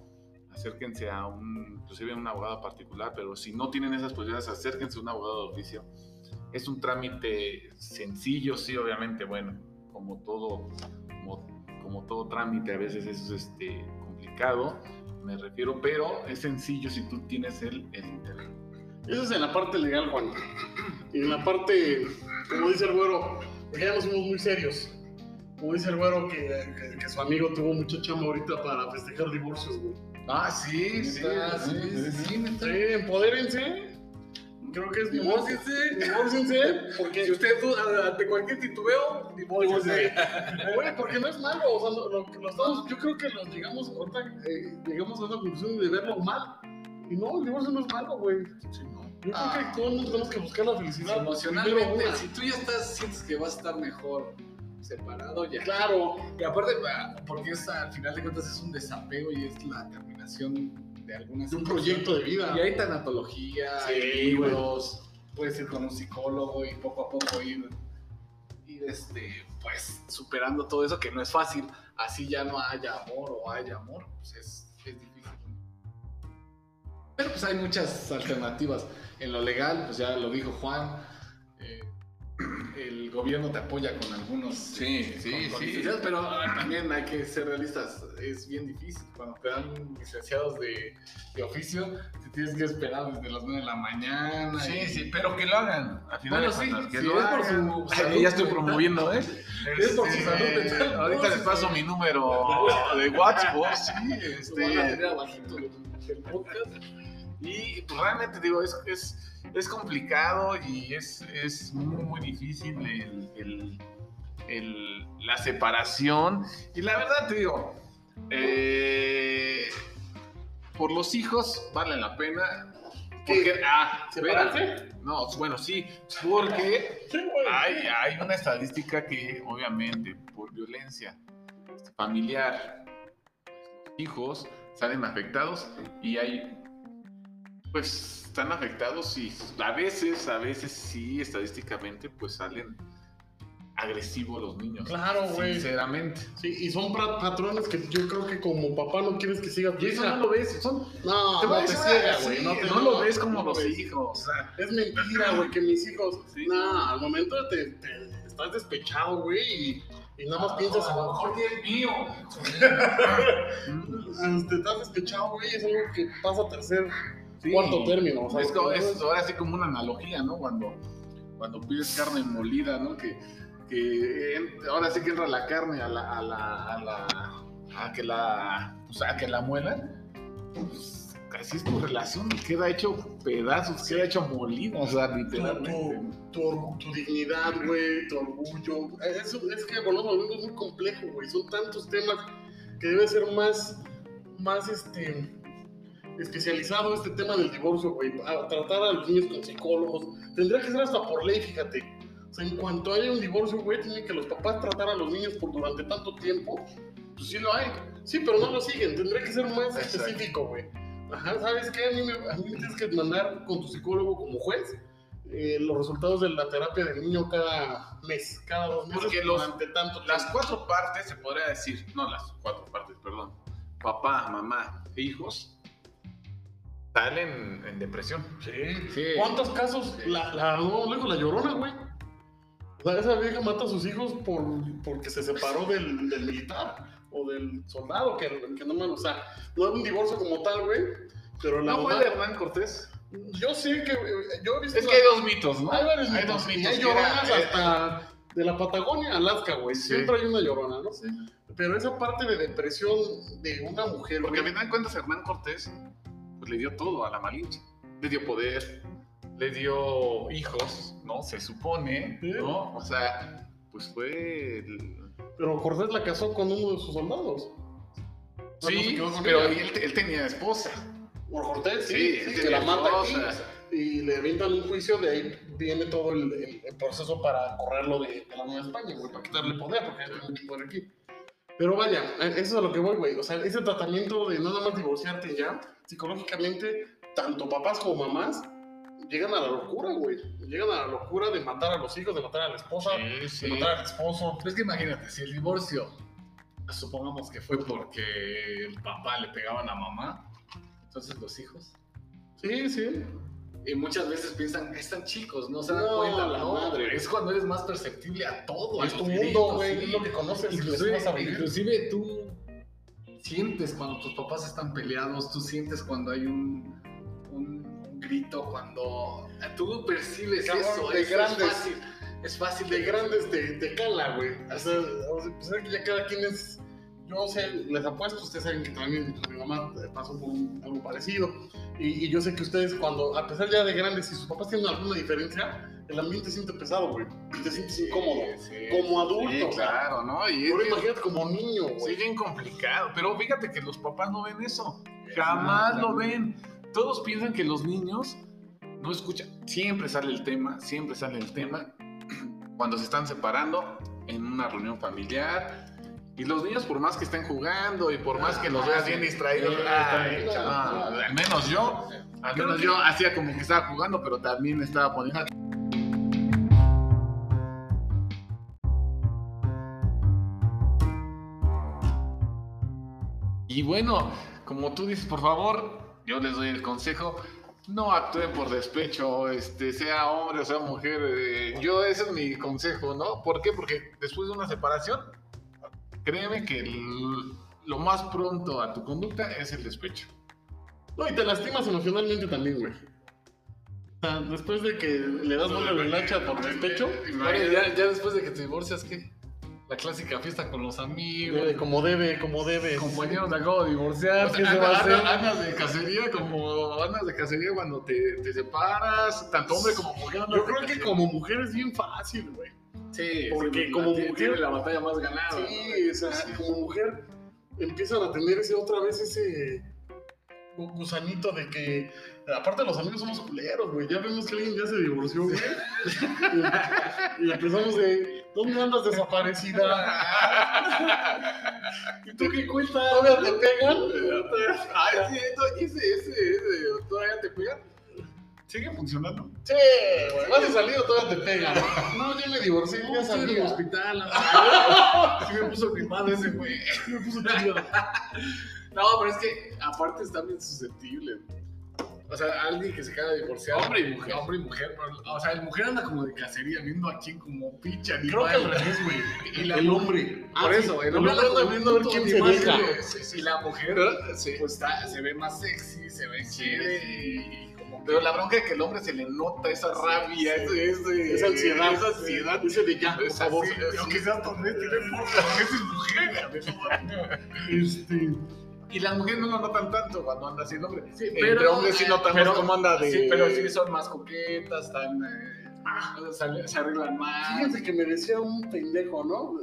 S1: acérquense a un, inclusive a un abogado particular, pero si no tienen esas posibilidades, acérquense a un abogado de oficio. Es un trámite sencillo, sí, obviamente, bueno, como todo, como, como todo trámite, a veces es este, complicado, me refiero, pero es sencillo si tú tienes el, el interés.
S2: Eso es en la parte legal, Juan. Y en la parte, como dice el güero, porque ya no somos muy serios. Como dice el güero, que, que- que su amigo tuvo mucha chamba ahorita para festejar divorcios, güey.
S3: Ah, sí,
S1: sí,
S3: neta, sí,
S1: sí,
S3: sí,
S1: sí.
S3: sí, neta.
S2: Sí, empodérense. Creo que es divorcio.
S3: Divórciense.
S2: Divórciense, porque.
S3: Si usted duda ante cualquier titubeo, divórciense.
S2: Güey, porque no es malo. O sea, lo, lo- lo estamos- yo creo que los llegamos, ahorita, eh, llegamos a esa conclusión de verlo mal. Y no, el divorcio no es malo, güey. Yo creo
S3: Ah.
S2: que todos nos tenemos que buscar la
S3: Si
S2: felicidad. pues,
S3: emocionalmente,
S2: Primero una.
S3: si tú ya estás, sientes que vas a estar mejor separado ya.
S2: Claro.
S3: Y aparte, ah, porque es, al final de cuentas es un desapego y es la terminación de algunas
S2: de un proyecto de vida.
S3: Y hay tanatología,
S2: Sí,
S3: hay
S2: güey.
S3: libros, puedes ir con un psicólogo y poco a poco ir, ir, este, pues superando todo eso que no es fácil. Así ya no haya amor o haya amor, pues es, es difícil. Pero pues hay muchas alternativas. En lo legal, pues ya lo dijo Juan, eh, el gobierno te apoya con algunos.
S1: Sí,
S3: eh,
S1: sí,
S3: con- con
S1: sí.
S3: licenciados, Pero ah, también hay que ser realistas, es bien difícil. Cuando te dan licenciados de, de oficio, te tienes que esperar desde las 9 de la mañana. y-
S1: pero que lo hagan. Al final
S3: Bueno,
S1: de
S3: sí,
S1: cuentas, que
S3: sí,
S1: lo
S3: es por
S1: hagan.
S3: su
S1: Ay,
S3: salud
S1: ya estoy
S3: mental.
S1: promoviendo, ¿eh?
S3: Es por su
S1: Este,
S3: salud mental.
S1: Ahorita les paso mi número de WhatsApp. oh, sí,
S3: Lo van a tener
S1: este,
S3: abajito del podcast.
S1: y pues, realmente digo, es, es, es complicado y es, es muy, muy difícil el- el- el- la separación. Y la verdad te digo, eh, por los hijos vale la pena. Porque, ah, espera.
S2: ¿Separarse?
S1: No, bueno, sí, porque
S2: ¿eh? Sí, güey.
S1: hay, hay una estadística que, obviamente, por violencia este, familiar, pues, los hijos salen afectados y hay, pues, están afectados y a veces, a veces sí, estadísticamente, pues salen agresivos los niños.
S2: Claro, güey. Sí,
S1: Sinceramente.
S2: y son pra- patrones que yo creo que como papá no quieres que siga tu
S1: Y eso
S2: hija.
S1: no lo ves, son-
S2: No,
S1: te voy a
S2: no te
S1: decir una-
S2: ciega,
S1: sí,
S2: güey.
S1: no,
S2: te-
S1: lo ves como
S2: no lo
S1: los
S2: ves.
S1: hijos. o sea,
S2: Es mentira, güey, que mis hijos.
S1: Sí.
S2: No, al momento te, te- estás despechado, güey, y, y nada más piensas.
S3: a lo mejor tiene el mío.
S2: Te estás despechado, güey, es algo que pasa a tercer,
S1: sí.
S2: cuarto término. O sea,
S1: Es, como-
S2: porque
S1: es
S2: no
S1: ahora sí como una analogía, ¿no? Cuando, cuando pides carne molida, ¿no? Que, que en- ahora sí que entra la carne a la, a la, a la, a que la, pues, a que la muelan. Pues, así es tu relación, queda hecho pedazos, queda hecho molida, o sea, literalmente.
S2: tu, tu, tu dignidad, güey, tu orgullo. Eso, es que volvemos a lo mismo, es muy complejo, güey. Son tantos temas que debe ser más, más este, especializado este tema del divorcio, güey. A tratar a los niños con psicólogos. Tendría que ser hasta por ley, fíjate. O sea, en cuanto haya un divorcio, güey, tienen que los papás tratar a los niños por durante tanto tiempo. Pues sí lo hay. Sí, pero no lo siguen. Tendría que ser más
S1: Exacto.
S2: específico, güey. Ajá, ¿sabes qué? A mí, me, a mí me tienes que mandar con tu psicólogo como juez eh, los resultados de la terapia del niño cada mes, cada dos meses
S1: Porque los-
S2: durante tanto
S1: Las
S2: tiempo.
S1: cuatro partes se podría decir, no las cuatro partes, perdón. Papá, mamá e hijos salen en depresión.
S2: Sí.
S1: Sí.
S2: ¿Cuántos casos? La, la, no, luego la llorona, güey. O sea, esa vieja mata a sus hijos por, porque se separó del, del militar o del soldado, que, que no me o sea, no era un divorcio como tal, güey. Pero la
S1: ¿No fue
S2: mamá-
S1: el Hernán Cortés?
S2: Yo sé que. Yo he visto
S1: Es que hay dos mitos, ¿no?
S2: Hay varios
S1: Hay
S2: mitos, eh,
S1: dos
S2: y
S1: mitos.
S2: hay
S1: que
S2: lloronas
S1: era-
S2: hasta de la Patagonia a Alaska, güey.
S1: Sí.
S2: Siempre hay una llorona, ¿no?
S1: Sí.
S2: Pero esa parte de depresión de una mujer,
S1: Porque al
S2: güey,
S1: final de cuentas Hernán Cortés pues, le dio todo a la Malinche. Le dio poder, le dio hijos, ¿no? Se supone,
S2: Sí.
S1: ¿no? O sea, pues fue... el-
S2: Pero Cortés la casó con uno de sus soldados. No, no se
S1: Sí,
S2: quedó con
S1: pero
S2: ella.
S1: él, él tenía esposa.
S2: Por Cortés, sí,
S1: Sí,
S2: sí,
S1: él
S2: que
S1: tenía
S2: la mata aquí
S1: esposa.
S2: y le brindan un juicio, de ahí viene todo el, el- el proceso para correrlo de, de la Nueva España, güey, para quitarle poder, porque ya tiene mucho poder aquí. Pero vaya, eh, eso es a lo que voy, güey. O sea, ese tratamiento de nada más divorciarte ya, psicológicamente, tanto papás como mamás llegan a la locura, güey. Llegan a la locura de matar a los hijos, de matar a la esposa,
S1: Sí,
S2: de
S1: sí.
S2: matar al esposo.
S3: Es que imagínate, si el divorcio, supongamos que fue porque el papá le pegaba a la mamá, entonces los hijos.
S2: Sí, sí.
S3: Y muchas veces piensan que están chicos, no se dan
S2: No,
S3: cuenta.
S2: la
S3: ¿no?
S2: madre.
S3: Es cuando eres más perceptible a todo. a
S2: Es tu
S3: los
S2: mundo,
S3: gritos,
S2: güey.
S3: sí.
S2: Es lo que
S3: Pues
S2: conoces. y lo que vas a
S3: Inclusive,
S2: vivir.
S3: inclusive tú sientes cuando tus papás están peleados, tú sientes cuando hay un, un- un grito, cuando tú percibes
S2: Cabrón,
S3: eso,
S2: de
S3: eso
S2: grandes.
S3: es fácil, es fácil
S2: de grandes te, te cala, güey. O sea, o sea, pues es que ya cada quien es. Yo sé, les apuesto, ustedes saben que también mi mamá pasó por un- algo parecido. Y, y yo sé que ustedes, cuando, a pesar ya de grandes, si sus papás tienen alguna diferencia, el ambiente se siente pesado, güey. y Te sientes incómodo.
S1: Sí,
S2: Como adulto,
S1: Sí,
S2: güey.
S1: claro, ¿no? Y es
S2: Ahora
S1: que-
S2: imagínate como niño,
S1: sí,
S2: güey.
S1: bien complicado. Pero fíjate que los papás no ven eso. Jamás lo ven. Todos piensan que los niños no escuchan. Siempre sale el tema, siempre sale el tema cuando se están separando en una reunión familiar. Y los niños, por más que estén jugando y por más que los veas bien distraídos,
S2: Sí,
S1: ay,
S2: está bien.
S1: chaval, al menos yo, al menos yo hacía como que estaba jugando, pero también estaba poniendo Y bueno, como tú dices, por favor, yo les doy el consejo. No actúen por despecho, este, sea hombre o sea mujer. eh, yo ese es mi consejo, ¿no? ¿Por qué? Porque después de una separación, créeme que el- lo más pronto a tu conducta es el despecho.
S2: No, y te lastimas emocionalmente también, güey. O sea, después de que le das vuelta a la hacha por despecho,
S3: Bueno, ya, ya después de que te divorcias, ¿qué? La clásica fiesta con los amigos,
S2: eh, como debe, como debe.
S3: compañeros, me acabo de divorciar, ¿qué se va
S1: Andas,
S3: a hacer?
S1: andas de cacería como andas de cacería cuando te, te separas, tanto hombre como
S3: ah,
S1: mujer. andas
S2: Yo
S1: de
S2: creo que
S1: cacería.
S2: como mujer es bien fácil, güey.
S3: Sí,
S2: Porque
S3: sí,
S2: como
S3: la- tiene
S2: mujer-
S3: la batalla más ganada.
S2: Sí,
S3: ¿no?
S2: o sea,
S1: Sí.
S2: como mujer empiezan a tener ese otra vez ese gu- gusanito de que aparte los amigos somos culeros, güey. Ya vemos que alguien ya se divorció, güey. y empezamos de ¿dónde andas desaparecida? ¿Y tú qué cuentas? ¿Todavía te pegan?
S1: Ay, sí, entonces, ese, ese, ese, todavía te pegan. Sigue funcionando.
S2: Sí, güey. Vas de salido, todavía te pegan. No, Pues yo me divorcié, ya
S3: estoy en
S2: salí
S3: el
S2: hospital.
S3: Sí me puso mi madre ese güey.
S2: Me puso chido.
S3: No, pero es que aparte están bien susceptibles. O sea, alguien que se acaba de divorciar.
S1: Hombre y mujer.
S3: Hombre y mujer. pero- O sea, el mujer anda como de cacería, viendo a quién como picha. ni
S2: Creo que al
S3: madre.
S2: revés, güey.
S3: Y la- ah,
S2: El hombre.
S1: Ah,
S3: Por eso, el hombre
S2: anda
S3: como
S2: viendo a ver
S3: puto
S2: quién
S3: ni
S2: se
S3: madre,
S2: deja.
S3: güey. Sí, sí, la mujer
S1: Sí.
S3: pues, está- se ve más sexy, se ve
S1: Sí,
S3: chévere
S1: sí.
S3: y como que-
S1: Pero la bronca es que el hombre se le nota esa rabia, ese- ese-
S2: Esa ansiedad.
S1: Esa ansiedad.
S2: Ese de ya, por
S1: Esa
S2: favor.
S1: sí, sí.
S3: Aunque seas tornete, no importa, porque es mujer.
S2: Este,
S1: Y las mujeres no lo notan tanto cuando anda así el hombre.
S3: Sí,
S1: Entre hombres sí notamos
S3: pero-
S1: cómo anda de.
S3: Sí, pero sí son más coquetas, están, eh, sale- se arreglan más.
S2: Fíjense que me decía un pendejo, ¿no?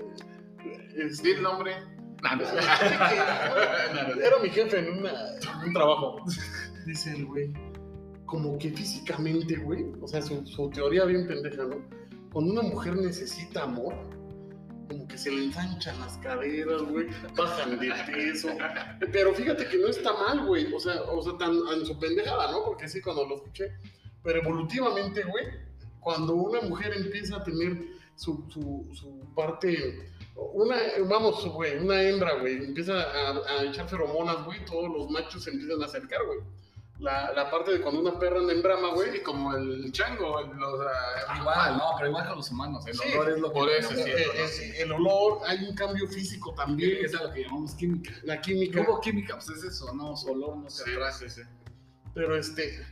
S1: Sí,
S2: Este,
S1: el hombre. Nah, no.
S2: Era mi jefe en, una- en un trabajo. Dice el güey, como que físicamente, güey, o sea, su, su teoría bien pendeja, ¿no? Cuando una mujer necesita amor, como que se le ensanchan las caderas, güey, bajan de peso. Pero fíjate que no está mal, güey, o sea, o sea, tan en su pendejada, ¿no? Porque sí, cuando lo escuché. Pero evolutivamente, güey, cuando una mujer empieza a tener su, su, su parte una, vamos, güey, una hembra, güey, empieza a, a echar feromonas, güey, todos los machos se empiezan a acercar, güey. La, la parte de cuando una perra anda en brama, güey.
S1: Güey, como el chango, los, ah,
S3: Igual, no, pero igual con los humanos. El
S2: Sí,
S3: olor es lo que.
S1: por eso,
S2: eh,
S1: sí. cierto,
S2: eh, sí, el olor, hay un cambio físico también,
S3: Es a lo que llamamos química.
S2: la química.
S3: ¿Cómo química? Pues es eso, no, olor no se
S1: Sí,
S3: atrae.
S1: sí, sí.
S2: Pero este,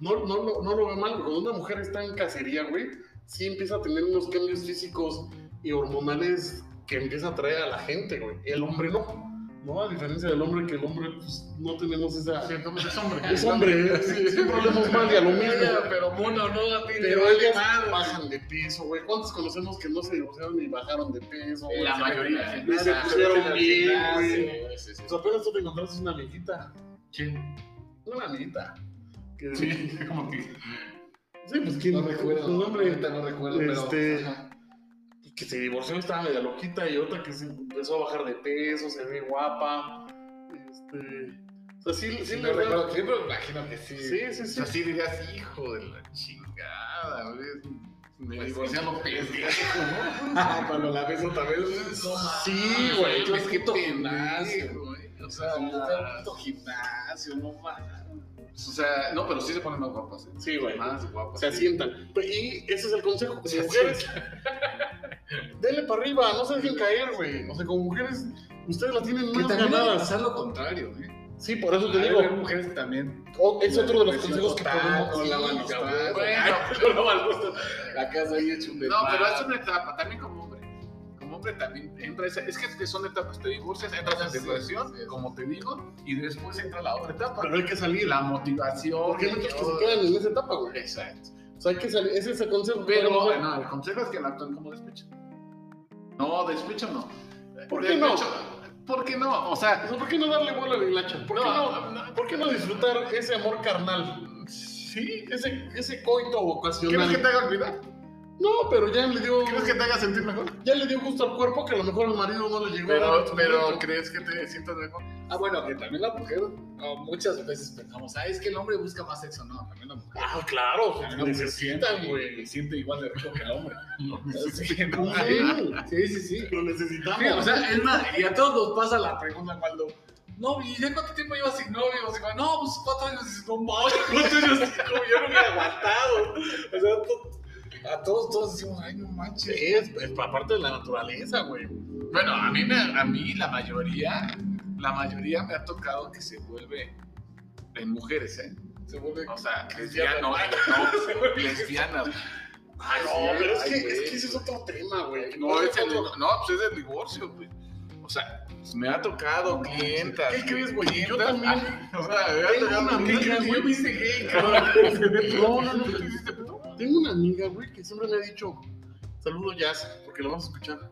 S2: no, no, no, no lo veo mal, güey. Cuando una mujer está en cacería, güey, sí empieza a tener unos cambios físicos y hormonales que empieza a atraer a la gente, güey. El hombre no. No, a diferencia del hombre, que el hombre, pues, no tenemos esa.
S1: Entonces es hombre.
S2: Es hombre, sí, siempre hablamos mal de aluminio.
S3: pero mono, no, a ti te
S2: Pero
S3: vale
S2: ellas
S3: madre.
S2: bajan de peso, güey. ¿Cuántos conocemos que no se divorciaron ni bajaron de peso? güey?
S3: La
S2: Se
S3: mayoría.
S2: meten-
S3: sin
S2: Se
S3: nada,
S2: pusieron
S3: sin
S2: bien,
S3: nada,
S2: güey.
S3: sí, sí,
S2: Pues
S3: sí.
S2: apenas tú te encontraste una amiguita.
S1: ¿Quién?
S2: Una amiguita. Que- sí.
S1: Sí, como que.
S2: pues quién.
S3: No recuerdo.
S2: Un hombre
S3: ahorita no recuerdo, pero.
S2: Este-
S3: ajá.
S2: Pues que se divorció estaba media loquita y otra que se empezó a bajar de peso, se ve guapa. Este. O sea, sí, sí,
S3: Sí,
S2: le
S3: no recuerdo, sí, pero imagino que sí.
S2: Sí, sí, sí.
S1: Así dirías, hijo de la chingada, güey. Me
S3: Pues
S1: divorcié a lo pendejo.
S3: Cuando la ves otra vez.
S2: Sí, güey.
S1: Yo Ah, es que
S3: puto
S1: pendejo,
S3: güey. O
S1: O
S3: sea,
S1: sea,
S3: como está en puto gimnasio, no mames.
S1: O sea, no, pero sí se ponen más guapas. ¿eh?
S2: Sí, güey.
S1: Más guapas.
S2: Se
S1: sí.
S2: asientan. Pues, Y ese es el consejo. Como
S1: Se
S2: mujeres, denle para arriba, no se dejen caer, güey. O sea, como mujeres, ustedes la tienen
S3: Que
S2: más
S3: también hay que
S2: ganadas.
S3: pasar lo contrario, güey.
S2: Sí, por
S1: Ah,
S2: eso te
S3: Hay
S2: digo.
S3: ver mujeres que también.
S2: o- es
S3: la
S2: otro de los
S3: depresión
S2: consejos que
S3: total,
S2: podemos.
S3: no
S2: Sí,
S3: lavan los
S2: cabrón.
S3: trastes.
S1: Bueno,
S2: No lavan los trastes.
S3: La casa ahí hecho un
S1: No, pero es
S3: desmadre.
S1: una etapa, también como hombre. Como hombre también entra esa. Es que son etapas, te divorcias, entras
S3: Sí,
S1: en depresión,
S3: sí, sí.
S1: como te digo, y después entra la otra etapa.
S2: Pero hay que salir.
S1: La motivación.
S2: Porque hay muchos que se quedan en esa etapa, güey.
S1: Exacto.
S2: O sea, hay que salir. Ese es el consejo. que
S1: Pero
S2: podemos dar.
S1: bueno, el consejo es que no actúen como despecho. No, despecho no.
S2: ¿Por qué no?
S1: Despecho, ¿Por qué no? O sea,
S2: O sea, ¿por qué no darle bola a la hilacha? ¿Por, qué no, ¿Por qué no disfrutar ese amor carnal?
S1: sí.
S2: Ese, ese coito
S1: ¿Quieres
S2: vocacional.
S1: que te haga olvidar?
S2: No, pero ya le dio.
S1: ¿Quieres que te haga sentir mejor?
S2: ya le dio gusto al cuerpo que a lo mejor al marido no le llegó. a dar
S1: Pero,
S2: en su
S1: pero
S2: momento.
S1: ¿crees que te sientas mejor?
S3: Ah, bueno, que también la mujer, no, muchas veces pensamos, ah, es que el hombre busca más sexo. No, también la mujer.
S2: Ah, claro,
S3: También la mujer
S2: necesitan,
S3: siente,
S2: güey.
S3: Siente igual de rico que el hombre. Sí, ¿no?
S2: Sí,
S3: Sí, sí, sí.
S2: Lo necesitamos.
S3: Sí, o sea, es más, y a todos nos pasa la pregunta cuando, no, ¿y de cuánto tiempo llevas sin novio? O sea, no, pues cuatro años, y dices, no mames, cuatro años, como yo no me he aguantado. O sea, to- a todos, todos decimos, ay, no
S2: Sí,
S3: manches.
S2: es, es parte de la naturaleza, güey.
S1: Bueno, a mí, me, a mí la mayoría, la mayoría me ha tocado que se vuelve en mujeres, ¿eh?
S3: Se vuelve...
S1: O sea, lesbianas, no, no, lesbianas.
S2: Ah, no,
S1: sí,
S2: pero es,
S1: ay,
S2: que,
S1: güey.
S2: es que ese es otro tema, güey.
S1: No, es el,
S2: otro-
S1: no, pues es el divorcio, güey. O sea, me ha tocado clientas.
S2: ¿Qué crees, güey? Yo
S1: clientas.
S2: también.
S1: O sea, me ha
S2: Tengo
S1: tocado
S2: una amiga,
S1: clientas,
S2: güey.
S1: Yo me hice gay, cabrón.
S2: No, no, no.
S1: ¿Tú te hiciste puto?
S2: Tengo una amiga, güey, que siempre me ha dicho, saludo Jazz, porque lo vamos a escuchar.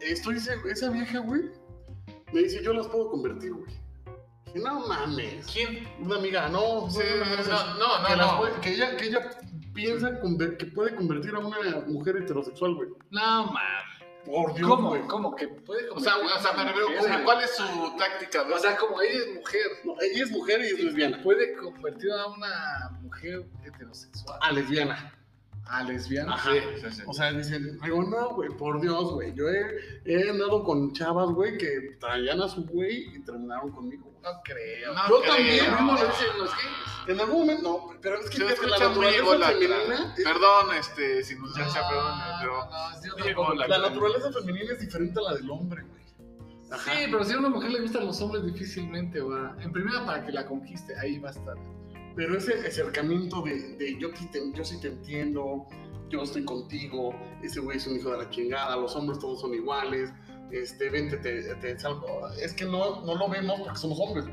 S2: Estoy, esa vieja, güey, me dice, yo las puedo convertir, güey. Dije, No mames.
S1: ¿Quién?
S2: Una amiga, no,
S1: Sí,
S2: no, no,
S1: no, no,
S2: que,
S1: no.
S2: las
S1: no.
S2: puede- que ella, que ella piensa conver- que puede convertir a una mujer heterosexual, güey.
S1: No, mames.
S2: Por Dios, güey.
S3: ¿Cómo? ¿Cómo que puede
S1: O sea, o sea, me refiero, o sea, ¿cuál es su táctica? güey?
S3: O sea, como ella es mujer,
S2: No, ella es mujer y es lesbiana.
S3: puede convertir a una mujer heterosexual
S2: A Ah, lesbiana.
S3: a lesbiana.
S2: Ajá.
S1: sí, sí.
S2: O sea, dicen, digo, no, güey, por Dios, güey. Yo he, he andado con chavas, güey, que traían a su güey y terminaron conmigo. güey.
S3: No creo.
S1: No
S2: Yo
S1: creo.
S2: también,
S3: Lo
S2: mismo
S3: mismo
S2: no.
S3: lo dicen los gays.
S2: En algún momento, no, pero es que
S1: Se
S2: creo que
S1: escucha muy ególatra.
S2: femenina, es-
S1: Perdón, este, si nos ya
S3: No,
S1: perdón,
S3: no,
S1: pero
S3: no, sí, yo
S1: muy
S3: tampoco.
S1: ególatra.
S2: la naturaleza femenina es diferente a la del hombre, güey. Ajá.
S3: Sí, pero si a una mujer le gustan los hombres, difícilmente va. En primera, para que la conquiste, ahí va a estar.
S2: Pero ese acercamiento de, de yo, sí te- yo sí te entiendo, yo estoy contigo, ese güey es un hijo de la chingada, los hombres todos son iguales, este, vente, te, te salvo. Es que no, no lo vemos porque somos hombres.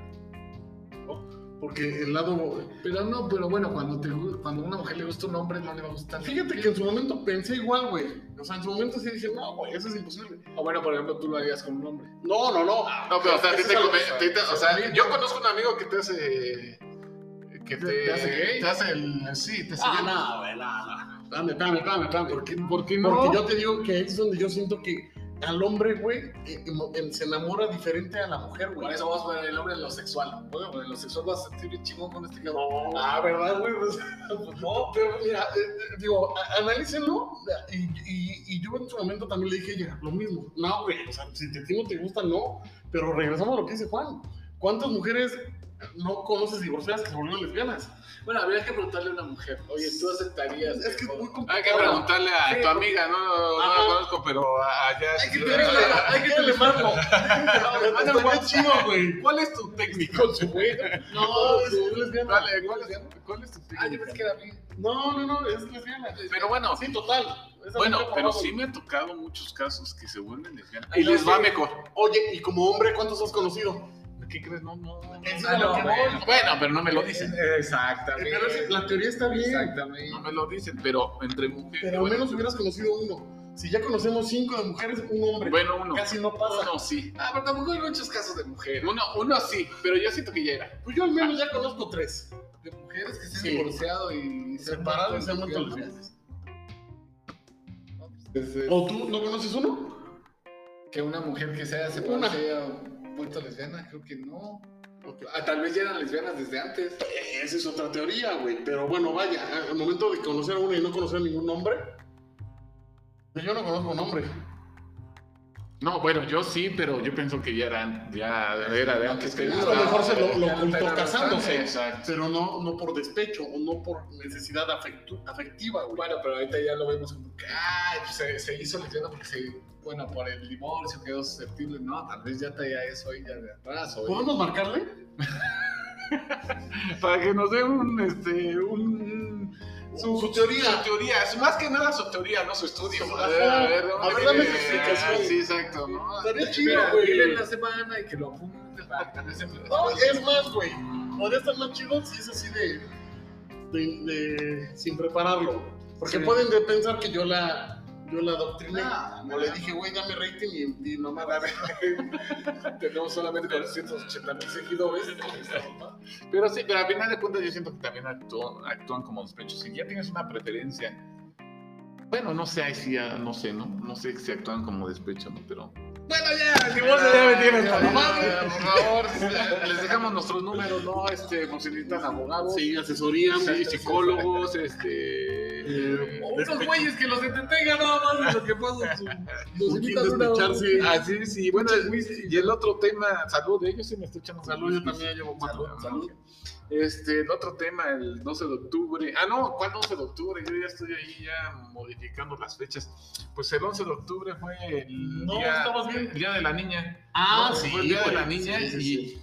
S2: ¿no? Porque el lado.
S3: Pero no, pero bueno, cuando, te, gu- cuando a una mujer le gusta un hombre, no le va a gustar.
S2: Fíjate que en su momento pensé igual, güey. O sea, en su momento sí dije, no, güey, eso es imposible.
S3: O bueno, por ejemplo, tú lo harías con un hombre.
S2: No, no, no.
S1: No, pero o sea, a ti
S2: Eso
S1: te
S2: es algo-
S1: conven- a ti te- o sea, yo conozco un amigo que te hace. que te,
S3: ¿Te hace gay?
S1: Te hace el. Sí, te hace
S2: Ah,
S1: gay.
S2: no, güey, no, no. Dame, dame, dame, dame.
S1: ¿Por qué, por qué no?
S2: Porque yo te digo que ahí es donde yo siento que al hombre, güey, eh, emo- eh, se enamora diferente a la mujer,
S3: Por
S2: güey.
S3: eso vamos a poner el hombre en lo sexual. Bueno, en lo sexual vas a sentir bien chingón con este cabrón.
S2: No, ah, ¿verdad, güey? Pues, pues no, pero mira, eh, eh, digo, a- analícenlo. Y, y- y yo en su momento también le dije a ella lo mismo. No, güey, o sea, si te, si no te gusta, no. Pero regresamos a lo que dice Juan. ¿Cuántas mujeres no conoces divorciadas que se volvieron lesbianas?
S3: Bueno, habría que preguntarle a una mujer. Oye, ¿tú aceptarías?
S2: Es que es muy complicado.
S1: Hay que preguntarle a
S2: Sí.
S1: tu amiga, no, no, no
S2: Ajá.
S1: la conozco, pero allá.
S2: Hay que
S1: tener
S2: tenerle, hay que tenerle marco.
S1: Manda un
S2: Estaría
S1: WhatsApp.
S2: chido, güey.
S1: ¿Cuál es tu técnico?
S2: Con su güey. No,
S3: No,
S2: es lesbiana.
S1: Dale, ¿cuál es, cuál es tu técnico?
S3: Ah, yo pensé que era bien.
S2: No, no, no, es lesbiana.
S1: Pero bueno,
S2: Sí, total. Esa
S1: bueno,
S2: nunca
S1: pero
S2: probamos.
S1: sí me ha tocado muchos casos que se vuelven lesbianas.
S2: Ay,
S1: Y
S2: no,
S1: les va
S2: sí.
S1: mejor.
S2: Oye, y como hombre, ¿cuántos has conocido?
S1: ¿Qué crees? No, no. no.
S2: Eso es
S3: Ah,
S2: a lo
S3: no,
S2: que voy.
S1: Bueno, bueno, pero no me lo dicen.
S3: Exactamente.
S2: Pero es- la teoría está bien.
S1: No
S3: Exactamente.
S1: me lo dicen, pero entre mujeres.
S2: Pero al
S1: bueno,
S2: menos hubieras conocido uno. Si ya conocemos cinco de mujeres, un hombre.
S1: Bueno, uno.
S2: Casi no pasa.
S1: Uno sí.
S3: Ah, pero tampoco hay muchos casos de mujeres.
S1: Uno, uno sí, pero yo siento que ya era.
S2: Pues yo al menos ya conozco tres.
S3: De mujeres que se han
S2: Sí.
S3: divorciado y
S2: Separado y se han vuelto
S3: lesbianas.
S2: lesbianas. ¿O tú no conoces uno?
S3: Que una mujer que se haya separado
S2: Una.
S3: se haya vuelto lesbiana, creo que no. Ah, tal vez ya eran lesbianas desde antes.
S2: Esa es otra teoría, güey. Pero bueno, vaya, al momento de conocer a uno y no conocer a ningún hombre, yo no conozco un hombre.
S1: No, bueno, yo sí, pero yo pienso que ya eran, ya era de antes que
S2: A
S1: yo.
S2: lo mejor se lo, lo
S3: Ya no
S2: ocultó
S3: está
S2: casándose,
S1: Exacto.
S2: pero no, no por despecho o no por necesidad afectu- afectiva, güey.
S3: Bueno, pero ahorita ya lo vemos como que ay, pues, se, se hizo lesbiana porque se, bueno, por el divorcio quedó susceptible. No, tal vez ya traía eso ahí ya de atrás. o-
S2: ¿Podemos marcarle?
S1: Pues, Para que nos dé un, este, un...
S2: Su- su teoría.
S1: Su teoría, es más que nada su teoría, no su estudio.
S2: Su-
S1: a ver, a ver,
S2: ajá.
S1: ¿dónde
S2: A ver, dame
S1: viene?
S2: explicación.
S1: Ah, Sí, exacto, ¿no?
S2: Estaría chido,
S3: Mira, dile en
S2: güey.
S3: la semana y que lo apunte para que no se me-
S2: No, es más, güey. Podría estar más chido si es así de. de- de- sin prepararlo. Porque
S3: Sí.
S2: pueden de pensar que yo la. Yo la adoctriné.
S3: No,
S2: o
S3: no.
S2: le dije, güey, dame rating y, y mamá, dame.
S3: Tenemos solamente 480 mil seguidores.
S1: Pero sí, pero al final de cuentas yo siento que también actúan, actúan como despechos. Si ya tienes una preferencia, bueno, no sé, ahí sí, ya, no sé, ¿no? No sé si actúan como despecho, ¿no? Pero...
S3: Bueno, ya,
S1: Ay, ay,
S3: ya, ya,
S1: ay,
S3: ya.
S1: ay, Por favor, eh, les dejamos nuestros números, ¿no? Este, por si necesitan abogados,
S2: Sí, asesoría,
S1: sí,
S2: sí,
S1: psicólogos, este...
S2: Eh,
S3: O Unos güeyes que los entretengan nada más de lo que pasa. en su- Los
S2: ¿Con quién
S3: invitan una hora.
S2: despecharse?
S1: Así, Ah, sí. Bueno, y el otro tema, salud, ellos sí me estoy echando
S2: Salud, yo también llevo cuatro.
S1: Salud, salud. Este, el otro tema, el 12 de octubre. Ah, no, ¿cuál 12 de octubre? Yo ya estoy ahí ya modificando las fechas. Pues el 11 de octubre fue el,
S2: No,
S1: día,
S2: estabas bien.
S1: el día de la niña.
S2: Ah,
S1: ¿no?
S2: sí.
S1: Fue el día de
S2: güey.
S1: la niña
S2: Sí, sí,
S1: y
S2: sí.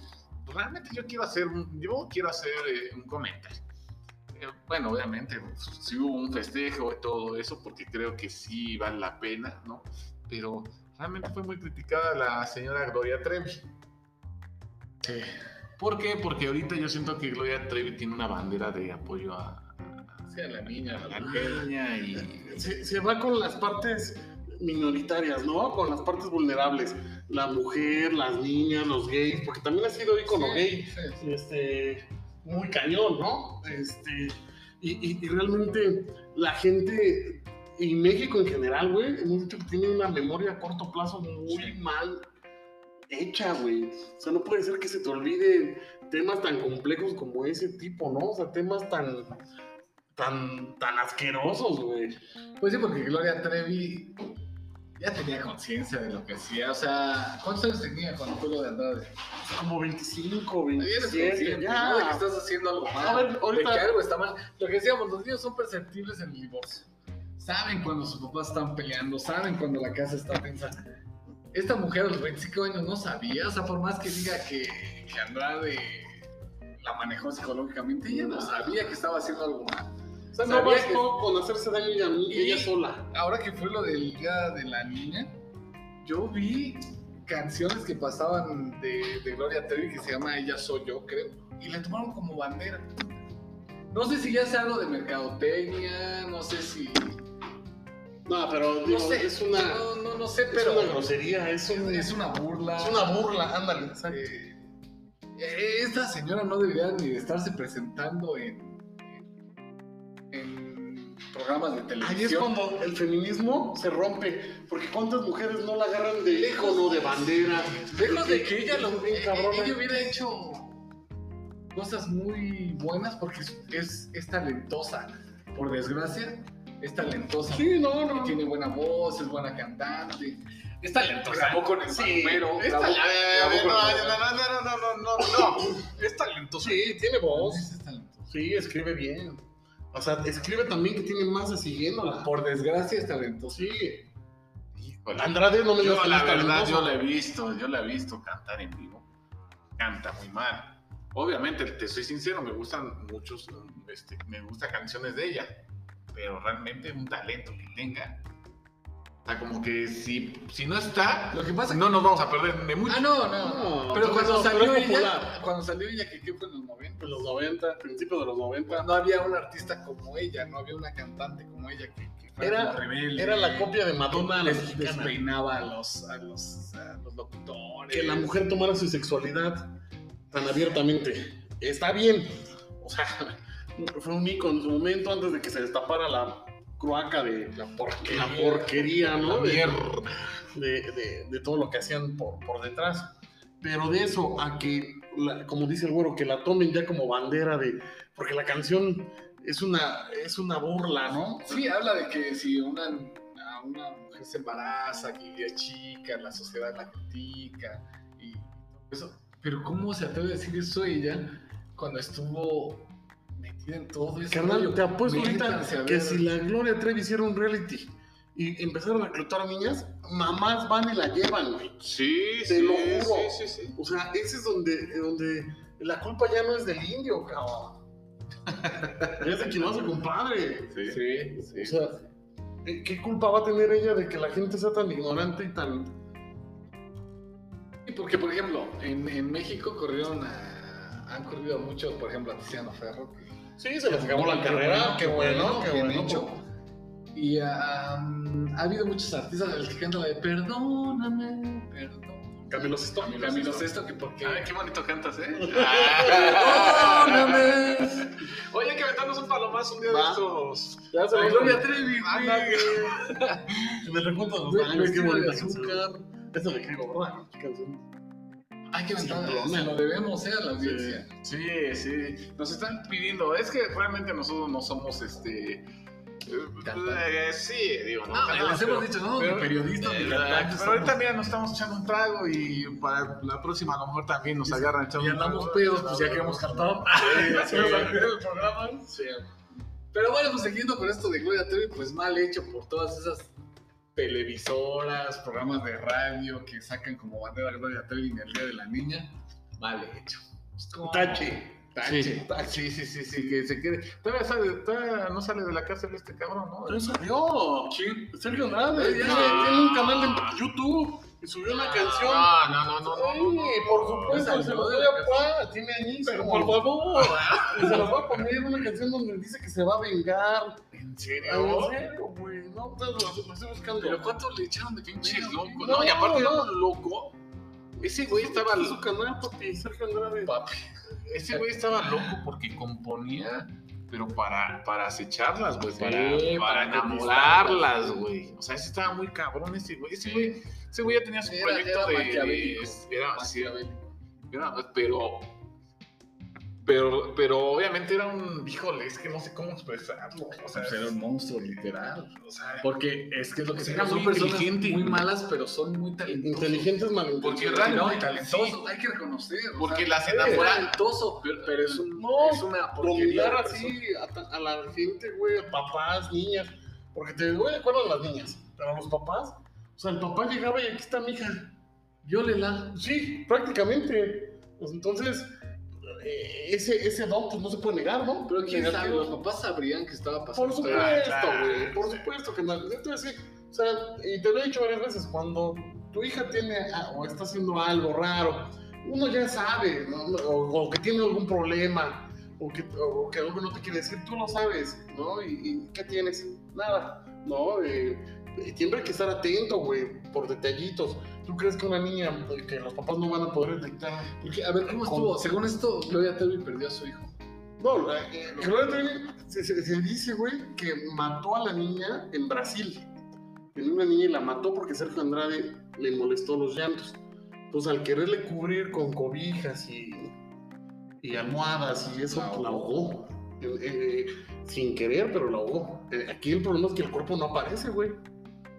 S1: realmente yo quiero hacer un, yo quiero hacer eh, un comentario. Eh, bueno, obviamente, si hubo un festejo y todo eso, porque creo que sí vale la pena, ¿no? Pero realmente fue muy criticada la señora Gloria Trevi.
S3: Sí.
S1: ¿Por qué? Porque ahorita yo siento que Gloria Trevi tiene una bandera de apoyo a,
S3: Sí, a la niña, a
S1: a
S3: la
S1: la
S3: mujer.
S1: niña y...
S2: se, se va con las partes minoritarias, ¿no? Con las partes vulnerables. La mujer, las niñas, los gays, porque también ha sido ícono
S3: Sí,
S2: gay.
S3: sí, sí.
S2: Este, muy cañón, ¿no? Este, y, y- y realmente la gente, y México en general, güey, hemos dicho que tiene una memoria a corto plazo muy
S1: Sí.
S2: mal hecha, güey. O sea, no puede ser que se te olviden temas tan complejos como ese tipo, ¿no? O sea, temas tan, tan, tan asquerosos, güey.
S3: Pues sí, porque Gloria Trevi ya tenía conciencia de lo que hacía. O sea, ¿cuántos años tenía cuando fue lo de Andrade?
S2: Como 25,
S3: Ya eres
S2: 27,
S3: consciente, ¿no? de que
S2: ya.
S3: estás haciendo algo mal.
S2: A ver, ahorita-
S3: De que algo está mal. Lo que decíamos, los niños son perceptibles en el divorcio. Saben cuando sus papás están peleando, saben cuando la casa está tensa. Esta mujer a los 25 años no sabía, o sea, por más que diga que, que Andrade la manejó psicológicamente, ella no sabía que estaba haciendo algo mal.
S2: O sea, no
S3: Sabía
S2: bastó con hacerse daño ella, ella
S3: Y-
S2: sola.
S3: Ahora que fue lo del día de la niña, yo vi canciones que pasaban de, de Gloria Trevi que se llama Ella Soy Yo, creo. y la tomaron como bandera. No sé si ya sea algo de mercadotecnia, no sé si.
S2: No, pero digo,
S3: sé,
S2: es una.
S3: No, no, no sé,
S2: es
S3: pero.
S2: una grosería, es, un-
S3: es una burla.
S2: es una burla, ándale. exacto.
S3: Eh, esta señora no debería ni de estarse presentando en, en programas de televisión.
S2: Ahí es cuando el feminismo se rompe, porque cuántas mujeres no la agarran de ícono, de bandera.
S3: Lejos de que ella lo
S2: Bien eh. cabrona.
S3: ella hubiera hecho cosas muy buenas porque es, es, es talentosa. Por desgracia, es talentosa.
S2: Sí, no, no.
S3: Tiene buena voz, es buena cantante. Es talentosa.
S1: Grabó con el
S2: Sí,
S1: bombero,
S2: es
S1: grabó-
S2: tal- a ver, a ver,
S1: grabó
S2: a ver,
S1: con- no, no, no, no, no, no, no. Es talentoso.
S2: Sí, tiene voz.
S3: Es talentosa.
S2: Sí, escribe bien. O sea, escribe también que tiene más de siguiéndola.
S3: Por desgracia, es talentosa.
S2: Sí.
S1: Híjole.
S2: Andrade no me
S1: Yo
S2: digas que no
S1: la
S2: es
S1: verdad,
S2: talentoso.
S1: yo la he visto, yo la he visto cantar en vivo. Canta muy mal. Obviamente, te soy sincero, me gustan muchos, este, me gustan canciones de ella, pero realmente un talento que tenga. O sea, como que si, si no está,
S3: Lo que pasa
S1: no nos vamos a perder de mucho.
S3: Ah, no, no.
S2: No,
S3: pero
S2: no,
S3: cuando
S2: no,
S3: salió
S2: pero es
S3: ella,
S2: popular.
S3: cuando salió ella, que qué fue en los 90,
S2: En los 90, principios de los 90.
S3: no había un artista como ella, no había una cantante como ella que, que fuera
S2: Era-
S3: como rebelde.
S2: Era la copia de Madonna a la
S3: des-
S2: mexicana.
S3: despeinaba a los, a los, a los locutores.
S2: Que la mujer tomara su sexualidad tan abiertamente. Está bien. O sea, fue un icono en su momento antes de que se destapara la cloaca de
S3: La porquería.
S2: la porquería,
S1: La
S2: ¿no? De,
S1: mierda.
S2: de- de- de todo lo que hacían por, por detrás. Pero de eso a que, la- como dice el güero, que la tomen ya como bandera de. Porque la canción es una, es una burla, ¿no?
S3: Sí, habla de que si una, a una mujer se embaraza, que es chica, la sociedad la critica y eso. Pero ¿cómo se atreve a decir eso ella cuando estuvo metida en todo eso?
S2: Carnal, te apuesto ahorita que si la Gloria Trevi hiciera un reality y empezaron a reclutar niñas, mamás van y la llevan, güey.
S1: Sí,
S2: Te
S1: sí,
S2: lo juro.
S1: sí, sí, sí.
S2: O sea, ese es donde, donde la culpa ya no es del indio, cabrón. es de quien lo hace, compadre.
S1: Sí.
S3: Sí,
S2: O sea, ¿qué qué culpa va a tener ella de que la gente sea tan ignorante y tan...
S3: Sí, porque, por ejemplo, en, en México corrieron a- Han corrido a muchos, por ejemplo, a Tiziano Ferro. que-
S2: Sí, se
S3: Qué qué qué bien hecho. Y am, ha habido muchos artistas de los que cantan la de Perdóname, perdóname.
S2: Camilo Sesto.
S3: Camilo Sesto, que porque.
S1: Ah, qué bonito cantas, ¿eh?
S3: Perdóname.
S1: Oye, hay que aventarnos un palomazo un día de
S2: Va.
S1: estos.
S2: Ya se
S1: La
S2: lo
S1: Gloria Trevi, güey.
S2: Ándale. En el recuento de los años, qué
S3: Vestido de
S2: bonita
S3: azúcar.
S2: azúcar. Eso me caigo, ¿verdad? Canción.
S3: Hay que aventar,
S2: Sí,
S3: se lo debemos eh, a la audiencia.
S1: Sí, sí. Nos están pidiendo. Es que realmente nosotros no somos este.
S3: Cantantes.
S1: eh, sí, digo, no. cantantes,
S3: les hemos
S1: pero-
S3: dicho, no,
S1: pero-
S3: ni periodistas, ni
S1: eh,
S3: cantantes
S1: Pero ahorita,
S3: somos.
S1: mira, nos estamos echando un trago y para la próxima, a lo mejor también nos
S3: Y-
S1: agarran echando
S3: Y
S1: un trago.
S3: andamos pedos, pues ya que hemos cantado.
S1: Sí,
S3: Sí. Pero bueno, pues siguiendo con esto de Gloria Trevi, pues mal hecho por todas esas televisoras, programas de radio que sacan como bandera Gloria Trevi en el Día de la Niña. Mal hecho.
S2: Tache.
S3: Tache.
S1: Sí, Ah, sí, sí, sí, sí, que se quede. Todavía, sale- todavía no sale de la cárcel este cabrón, ¿no? Ah.
S2: Pero salió.
S1: ¿Quién?
S2: Sergio Andrade.
S3: Ya.
S2: Tiene, tiene un canal de YouTube y subió una canción.
S1: No, no, Ah, no, no. no, no, no.
S2: Sí, por supuesto, se los voy a poner. Tiene anís,
S1: Pero
S2: por
S1: por
S2: favor. Y se los voy a poner una canción donde dice que se va a vengar.
S1: ¿En
S2: Ay,
S1: serio?
S2: Ah, En serio, güey. No, te lo lo estoy buscando.
S3: Pero ¿cuánto le echaron de
S1: Pinche
S3: pinche
S1: loco.
S2: No,
S1: No, y aparte
S2: no.
S1: era un loco. Ese güey estaba
S2: en su canal, papi, Sergio Andrade.
S1: papi. Ese güey estaba loco porque componía, pero para, para acecharlas, güey.
S3: Sí,
S1: para, para
S3: para
S1: enamorarlas, güey. O sea, ese estaba muy cabrón ese güey. Ese güey, ese güey ya tenía su
S3: Era-
S1: proyecto
S3: era
S1: de- de.
S3: maquiavélico.
S1: Era, sí, era- pero. Pero, pero obviamente era un, híjole, es que no sé cómo expresarlo. O sea,
S3: Pues Era un monstruo, literal.
S1: o sea,
S3: Porque es que es lo que se
S1: Era
S3: son
S1: muy
S3: personas
S1: inteligente.
S3: muy malas, pero son muy talentosas.
S2: Inteligentes,
S1: Porque
S2: malintencionados.
S1: realmente-
S3: No, y talentosos,
S1: Sí.
S3: hay que reconocer. o
S1: porque
S3: sea,
S1: las
S3: es
S1: enamoran.
S3: talentoso, pero, pero es, un,
S2: No,
S3: es una porquería.
S2: dominar
S3: de persona.
S2: así a, ta- a la gente, güey, a papás, niñas. Porque te duele el cuerno a las niñas, pero a los papás. O sea, el papá llegaba y aquí está mi hija.
S3: Yo le la.
S2: Sí, prácticamente. Pues entonces, eh, ese, ese don pues no se puede negar, ¿no?
S3: Pero quién
S2: Negativo.
S3: sabe, los papás sabrían que estaba
S2: Por
S3: pasando.
S2: supuesto,
S3: Ah,
S2: güey.
S1: claro.
S2: Por supuesto, que Entonces, sí, o sea, ah, y te lo he dicho varias veces, cuando tu hija tiene a- o está haciendo algo raro, uno ya sabe, ¿no? o, o que tiene algún problema, o que, o que algo no te quiere decir, tú lo sabes, ¿no? ¿Y, y qué tienes? Nada, ¿no? Eh, eh, siempre hay que estar atento, güey, por detallitos. ¿Tú crees que una niña, eh, que los papás no van a poder detectar?
S3: Porque, a ver, ¿cómo estuvo? Según esto, Gloria Trevi perdió a su hijo.
S2: No, la- eh, Gloria Trevi se, se- se dice, güey, que mató a la niña en Brasil. Tenía una niña y la mató porque Sergio Andrade le molestó los llantos. Entonces, al quererle cubrir con cobijas y, y almohadas y eso,
S3: La
S2: la ahogó. Eh, eh, sin querer, pero la ahogó. Eh, aquí el problema es que el cuerpo no aparece, güey.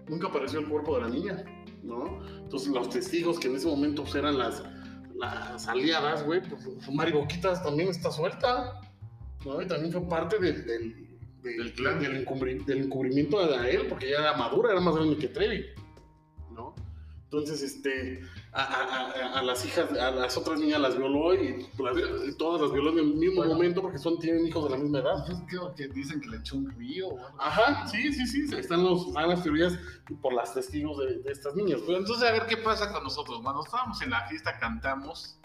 S2: Nunca apareció el cuerpo de la niña, ¿no? Entonces, los testigos que en ese momento pues, eran las, las aliadas, güey, pues Mari Boquitas también está suelta, ¿no? Y también fue parte del, del, del-
S1: Del clan.
S2: del encubri- del encubrimiento de él, porque ella era madura, era más grande que Trevi, ¿no? Entonces, este, a, a- a- a las hijas, a las otras niñas las violó y, las- y todas las violó en el mismo
S3: Bueno.
S2: momento porque son, tienen hijos de la misma edad.
S3: Yo creo que dicen que le echó un río. o algo.
S2: Ajá, sí, sí, sí, están, los, están las teorías por las testigos de, de estas niñas, güey.
S1: Pero entonces, a ver qué pasa con nosotros. Cuando estábamos en la fiesta, cantamos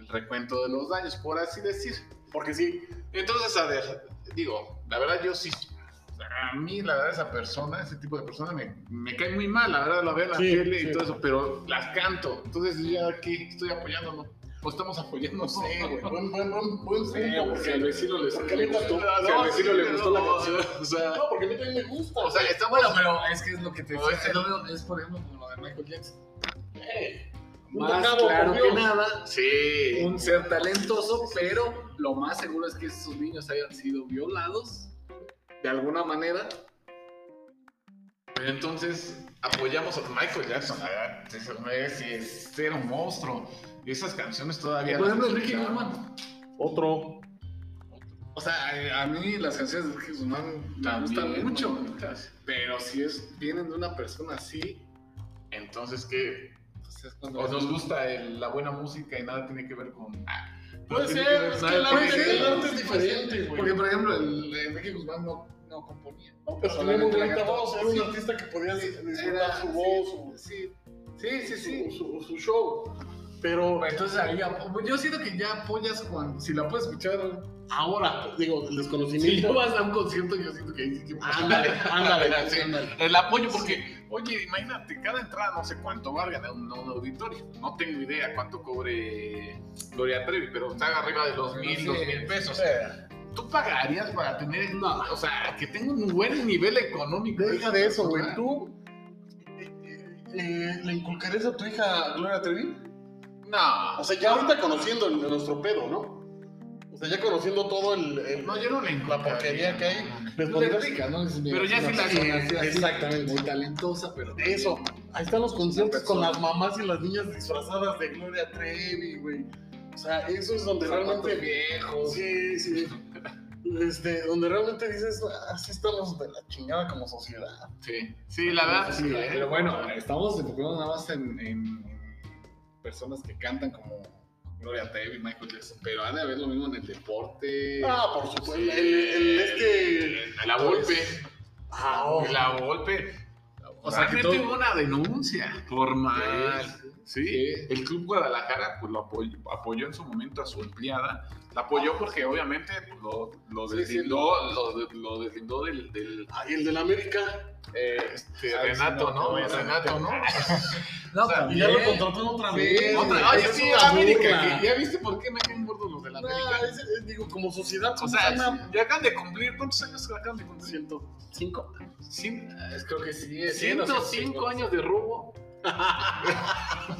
S1: el recuento de los daños, por así decir.
S2: Porque sí,
S1: Entonces, a ver, digo, la verdad, yo sí. A mí, la verdad, esa persona, ese tipo de persona me, me cae muy mal, la verdad, la veo en la
S2: Sí,
S1: tele
S2: sí.
S1: y todo eso, pero las canto. Entonces, yo ya aquí estoy apoyándolo. O estamos
S2: no
S1: apoyándonos.
S2: sé, güey, buen, buen, buen, buen
S1: Sí,
S2: punto,
S1: porque
S2: porque-
S1: al vecino le
S2: porque le
S1: gustó-
S2: gustó-
S1: Ah,
S2: si al
S1: no,
S2: vecino
S1: sí,
S2: le gustó la
S1: no, O sea,
S2: No, porque a mí también me gusta.
S1: o sea, está
S3: Bueno,
S1: bueno,
S3: pero es que es lo que te
S1: No,
S3: decía,
S1: ese-
S3: es lo- Es, por ejemplo, como lo de Michael Jackson.
S2: Eh, un
S3: Más
S2: tocado
S3: claro
S2: por
S3: que
S2: Dios.
S3: nada,
S1: Sí.
S3: un ser talentoso, pero lo más seguro es que esos niños hayan sido violados de alguna manera.
S1: Pero Entonces, apoyamos a Michael Jackson, la verdad. Ese hombre es, es- era un monstruo. Y esas canciones todavía.
S3: Por
S1: las
S3: ejemplo, Ricky
S1: escuchaba.
S3: Guzmán.
S2: Otro.
S3: O sea, a, a mí las canciones de Ricky Guzmán me gustan
S1: También,
S3: mucho,
S1: bonitas.
S3: pero si es, vienen de una persona así,
S1: Entonces, ¿qué?
S3: pues es cuando...
S1: O nos gusta el- la buena música y nada tiene que ver con. Ah,
S2: Puede
S1: no tiene
S2: ser,
S1: que ver
S2: es
S1: nada
S2: que el
S1: con-
S2: arte-
S1: Sí,
S2: el arte es
S1: sí,
S2: diferente, güey.
S3: Porque, por ejemplo, el, el Ricky Guzmán no, no componía.
S2: Pero tenía muy
S3: Solamente
S2: bonita
S3: reggaetón.
S2: voz, era un
S3: Sí.
S2: artista que podía disfrutar
S3: Era-
S2: su
S3: sí,
S2: voz, su,
S3: Sí, sí, sí. sí.
S2: su- su- su show. Pero
S3: Entonces ahí ya- yo siento que ya apoyas cuando si la puedes escuchar
S2: ahora, digo, el
S3: si no
S2: desconocimiento.
S3: vas a un concierto yo siento que ahí sí que
S2: Ándale, ándale,
S1: Sí.
S2: ándale.
S1: El apoyo, porque, oye, imagínate, cada entrada no sé cuánto valga a un, a un auditorio. No tengo idea cuánto cobre Gloria Trevi, pero está arriba de los mil,
S3: Sí.
S1: dos mil pesos.
S2: sea,
S1: ¿Tú pagarías para tener, o sea, que tenga un buen nivel económico?
S2: deja de eso, güey.
S1: Ah,
S2: ¿Tú eh, eh, le inculcarías a tu hija Gloria Trevi?
S1: No.
S2: O sea, ya ahorita conociendo el- nuestro pedo, ¿no? O sea, ya conociendo todo el. el-
S1: No, yo no le
S2: la porquería que hay. les
S3: no le
S2: pondrías-
S3: picas, ¿no? Es
S1: Pero ya
S3: una
S1: sí la
S3: persona
S1: conocí,
S3: así,
S2: exactamente.
S3: muy talentosa pero también-
S2: Eso, ahí están los conciertos
S3: Una
S2: con
S3: persona.
S2: las mamás y las niñas disfrazadas de Gloria Trevi, güey. O sea, eso es donde
S3: Zapatos
S2: realmente.
S3: viejos
S2: Sí, sí. Este, donde realmente dices, así estamos de la chingada como sociedad.
S1: Sí, sí, la verdad.
S3: Sí,
S1: sí, ¿eh?
S3: pero bueno estamos enfocando nada más en, en- en personas que cantan como Gloria Trevi Michael Jackson pero ha de haber lo mismo en el deporte
S2: Ah, por supuesto.
S1: Sí,
S2: El, el- este.
S1: el- La golpe.
S2: Ah, oh.
S1: La golpe. O sea, que
S3: Realmente
S1: tuvo una denuncia formal. Sí,
S3: Sí.
S1: el Club Guadalajara pues, lo apoy- apoyó, en su momento a su empleada. La apoyó porque obviamente lo, lo
S3: Sí, sí,
S1: deslindó, lo, lo deslindó del, del,
S2: Ah, y el del América.
S1: eh, este,
S3: Ah,
S1: Renato,
S3: sí,
S1: ¿no?
S3: no,
S1: El
S3: no,
S1: Renato, ¿no?
S3: No,
S1: O sea,
S2: Y ya lo
S3: también.
S2: contrató otra
S3: Sí,
S2: vez.
S1: Otra-
S2: güey.
S1: oye,
S2: Es
S1: sí,
S2: una
S1: América.
S2: burla.
S1: que- ¿Ya viste por qué me caen gordos los de la
S2: No,
S1: América?
S2: es- es- digo, como sociedad,
S1: O
S2: somos
S1: sea,
S2: una
S1: ya acaban de cumplir, ¿cuántos años acaban de cumplir?
S2: 105.
S1: Cien-
S3: Es- creo que sí es
S1: 105 años de robo.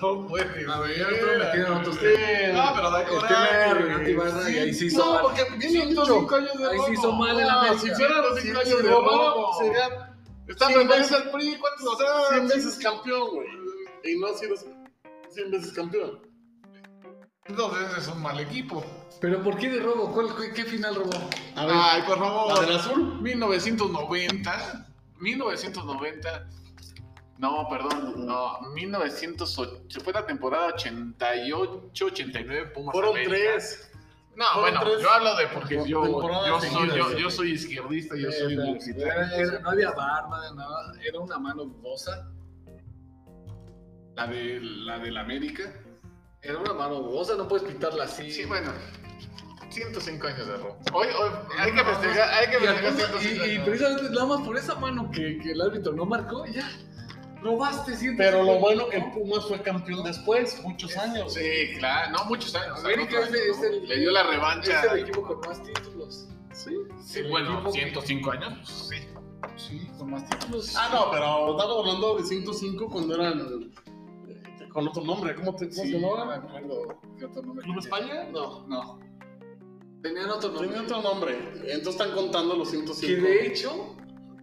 S1: no puede
S3: A ver, ya
S1: ser.
S3: me estoy metiendo en otros temas.
S1: No, pero da
S3: El tema era
S1: coraje.
S3: Renato Ibarra y ahí sí hizo
S2: No,
S3: mal.
S2: porque bien dicho.
S1: 105 años de
S3: Ahí
S1: robo.
S3: sí hizo mal
S2: No,
S3: en la
S2: si
S3: América.
S2: fuera los cinco años de robo, sería
S1: Está
S2: Cien
S1: pertenece
S2: veces-
S1: al PRI, ¿cuántos? O sea,
S2: 100 veces campeón, güey. Y no ha sido 100 veces campeón.
S1: Dos veces es un mal equipo.
S3: Pero ¿por qué de robo? ¿Cuál, qué, qué final robó?
S2: A
S1: Ay, por favor.
S2: Ah, ¿la del azul?
S1: 1990. 1990. No, perdón, no, 1908, fue la temporada 88-89 Pumas
S2: fueron
S1: América.
S2: tres.
S1: No,
S2: Fueron
S1: bueno,
S2: tres
S1: yo hablo de porque yo,
S2: temporadas
S1: yo, soy,
S2: seguidas.
S1: yo, yo soy izquierdista, yo soy
S3: Era-
S1: universitario.
S3: era- Eh, no había bar, no había nada. Era una mano dudosa.
S1: La de la del América.
S3: Era una mano dudosa, no puedes pintarla así.
S1: Sí, bueno. 105 años de robo. Hoy, hoy hay que
S3: No, no,
S1: festejar, hay que
S3: Y,
S1: festejar
S3: al-
S1: 105
S3: y- y
S1: años.
S3: precisamente nada más por esa mano que, que el árbitro no marcó, ya. Robaste siempre.
S2: Pero lo bueno que el Pumas fue campeón después, muchos años.
S1: Sí, claro, no, muchos años. o sea,
S3: América
S1: no,
S3: es el- es el-
S1: Le dio la
S3: es
S1: revancha.
S3: el equipo con más títulos.
S2: Sí.
S1: Sí,
S3: el
S1: bueno,
S3: equipo-
S1: 105 años, pues sí.
S3: Sí, con más títulos.
S2: Ah, no, pero estaba hablando de 105 cuando eran eh, con otro nombre. ¿Cómo te cómo
S3: Sí,
S2: se
S3: no me
S2: llamaba?
S3: acuerdo qué otro nombre
S2: ¿Club
S3: tenía.
S2: España? No.
S3: No. Tenían otro nombre.
S2: Tenía otro nombre. Entonces están contando los
S3: Que
S2: 105.
S3: de hecho,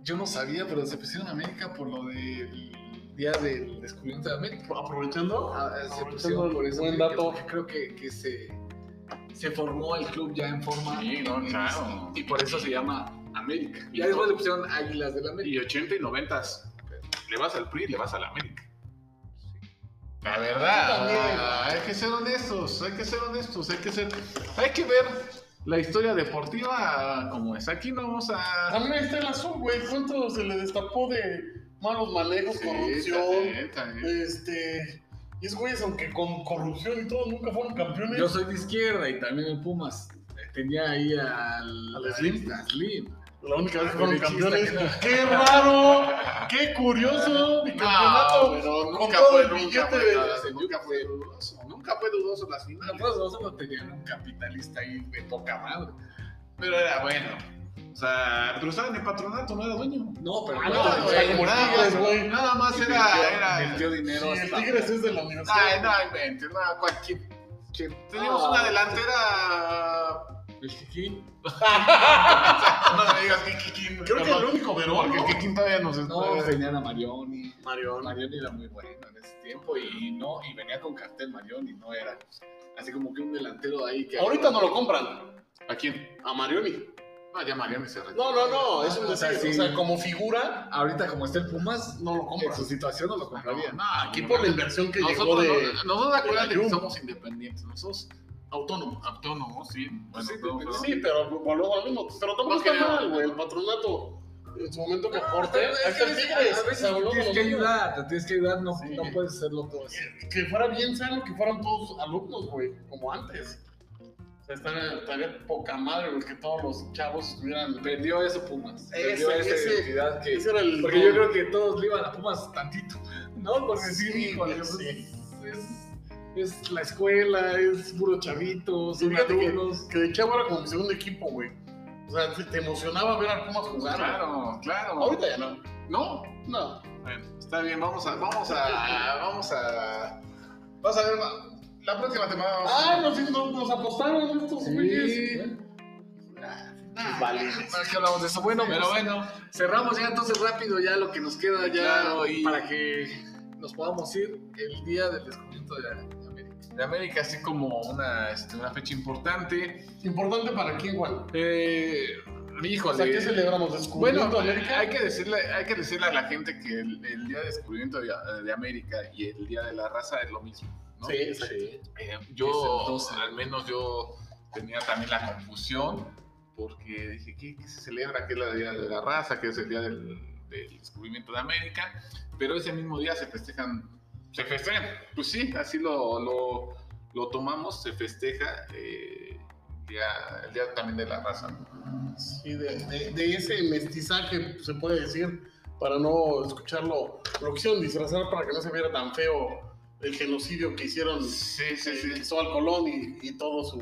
S3: yo no sabía, pero se pusieron América por lo del día del descubrimiento de América.
S2: Aprovechando.
S3: Ah, eh, se
S2: aprovechando
S3: pusieron
S2: el
S3: por
S2: pues,
S3: eso.
S2: Buen
S3: porque-
S2: dato.
S3: porque creo que, que se, se formó el club ya en forma.
S1: Sí, no, claro.
S3: Y por eso se llama América.
S1: Y
S3: Ya después
S1: todo.
S3: le pusieron Águilas del América.
S1: Y 80 y 90 le vas al PRI y le vas al América. La verdad,
S2: Yo
S1: hay que ser honestos, hay que ser honestos, hay que ser, hay que ver la historia deportiva como es. Aquí no vamos a
S2: También ahí está el azul, güey. ¿Cuánto se le destapó de malos manejos,
S1: Sí,
S2: corrupción?
S1: también, también.
S2: Este. Y es güeyes, aunque con corrupción y todo, nunca fueron campeones.
S3: Yo soy de izquierda y también el Pumas. eh, Tenía ahí al,
S2: Al Slim.
S3: al Slim.
S2: La única vez que
S3: Ah,
S2: fueron
S3: derechista,
S2: campeones.
S3: que no.
S2: ¡Qué raro! ¡Qué curioso! Mi campeonato.
S1: pero
S2: con
S1: nunca
S2: todo
S1: fue,
S2: el
S1: nunca
S2: billete
S1: fue,
S2: de-
S1: nada, nunca fue dudoso, nunca fue dudoso las
S3: No,
S1: finales.
S3: pues nosotros tenían un capitalista ahí de poca madre.
S1: Pero era bueno. O sea, pero estaba en el patronato, no era dueño.
S3: No, pero
S2: Ah, no,
S3: nada,
S2: no,
S3: güey.
S2: era como
S1: nada,
S2: Tigres,
S1: más-
S2: güey.
S1: nada más
S3: Invirtió-
S1: era, era
S3: invirtió dinero
S2: Sí, el
S3: hasta-
S2: Tigres es de la
S1: Ay,
S2: universidad.
S1: no, inventes, no, cualquier. Tenemos
S3: Ah.
S1: una delantera.
S3: El Kikín.
S1: No me digas que Kikín.
S2: Creo que el
S1: perdón,
S2: único Verón,
S1: Porque
S2: ¿no?
S1: Kikín todavía nos está.
S3: No, pues, tenían a Marioni.
S2: Mariona.
S3: Marioni era muy bueno en ese tiempo y no, y venía con cartel Marioni, no era así como que un delantero ahí que
S2: Ahorita no lo compran.
S1: ¿A quién?
S2: A Marioni.
S1: No, ya Mariano se retiró.
S2: No, no, no. Es un
S3: Ah, o sea,
S2: decir.
S3: sí.
S2: O sea, como figura,
S3: ahorita como está el Pumas,
S2: no lo
S3: en
S2: compran.
S3: su situación no lo compraría.
S1: No, aquí
S2: Aquí por la inversión que llegó
S1: Nosotros,
S2: de
S1: no- nosotros acuérdate
S2: de la
S1: que
S2: Jun.
S1: somos independientes, nosotros
S2: autónomo.
S1: autónomos, sí. Bueno,
S3: Pues Sí,
S1: todos,
S3: pero-
S1: ¿no?
S2: Pues Sí, pero volvemos a lo mismo. pues, Pero tampoco
S1: No
S3: Pues
S2: está
S1: creo.
S2: mal, güey. El patronato, en su momento que aporte,
S3: Pero
S2: ahí
S3: es
S2: está el
S3: que a
S2: Tigres.
S3: veces
S2: Se habló
S3: te tienes
S2: con
S3: que
S2: los niños.
S3: ayudar, te tienes que ayudar, no,
S2: Sí.
S3: no puedes hacerlo todo así.
S2: que fuera bien sano que fueran todos alumnos, güey, como antes. O sea, estaría, estaría poca madre, güey, que todos los chavos estuvieran.
S3: Perdió eso Pumas, perdió
S2: Ese-
S3: esa
S2: ese-
S3: identidad que...
S2: Ese era el.
S3: Porque yo creo que todos le iban a Pumas tantito, ¿no? Porque sí,
S2: Sí,
S3: híjole, pues,
S2: sí.
S3: es, es la escuela, es puro chavito, son
S2: Fíjate
S3: alumnos.
S2: que, que de chavo era como mi segundo equipo, güey. O sea, te, te emocionaba ver a Pumas jugar. güey.
S1: Claro, claro.
S2: Ahorita ya no.
S1: No,
S2: No.
S1: Bueno, está bien, vamos a, vamos a, vamos a, vas a ver, la próxima temporada vamos a-
S2: Ah, nos, nos, nos apostaron estos güeyes. Ah,
S1: Nah,
S2: vale.
S1: ¿para qué hablamos de eso? Bueno,
S3: Sí,
S1: pero
S3: pues,
S1: bueno,
S3: Cerramos ya entonces rápido ya lo que nos queda ya
S1: Claro, y-
S3: para que nos podamos ir el día del descubrimiento de de América.
S1: de América así como una, este, una fecha importante.
S2: Importante para quién, Juan.
S1: Eh,
S2: O sea, ¿qué
S1: híjole.
S2: celebramos?
S1: Bueno,
S2: ¿Descubrimiento de América?
S1: hay que, decirle, hay que decirle a la gente que el, el Día de Descubrimiento de, de América y el Día de la Raza es lo mismo, ¿no?
S2: Sí, sí.
S1: Eh,
S3: Es el
S1: yo,
S3: 12.
S1: al menos yo tenía también la confusión porque dije, ¿qué, qué se celebra? ¿Qué es el Día de la Raza? ¿Qué es el Día del, del Descubrimiento de América? Pero ese mismo día se festejan, se festejan, pues sí, así lo, lo, lo tomamos, se festeja eh, el, día, el Día también de la Raza. ¿no?
S2: Sí, de, de- de ese mestizaje, se puede decir, para no escucharlo, lo quisieron disfrazar para que no se viera tan feo el genocidio que hicieron
S1: Sí, sí,
S2: eh,
S1: sí.
S2: Cristóbal Colón y, y todo su...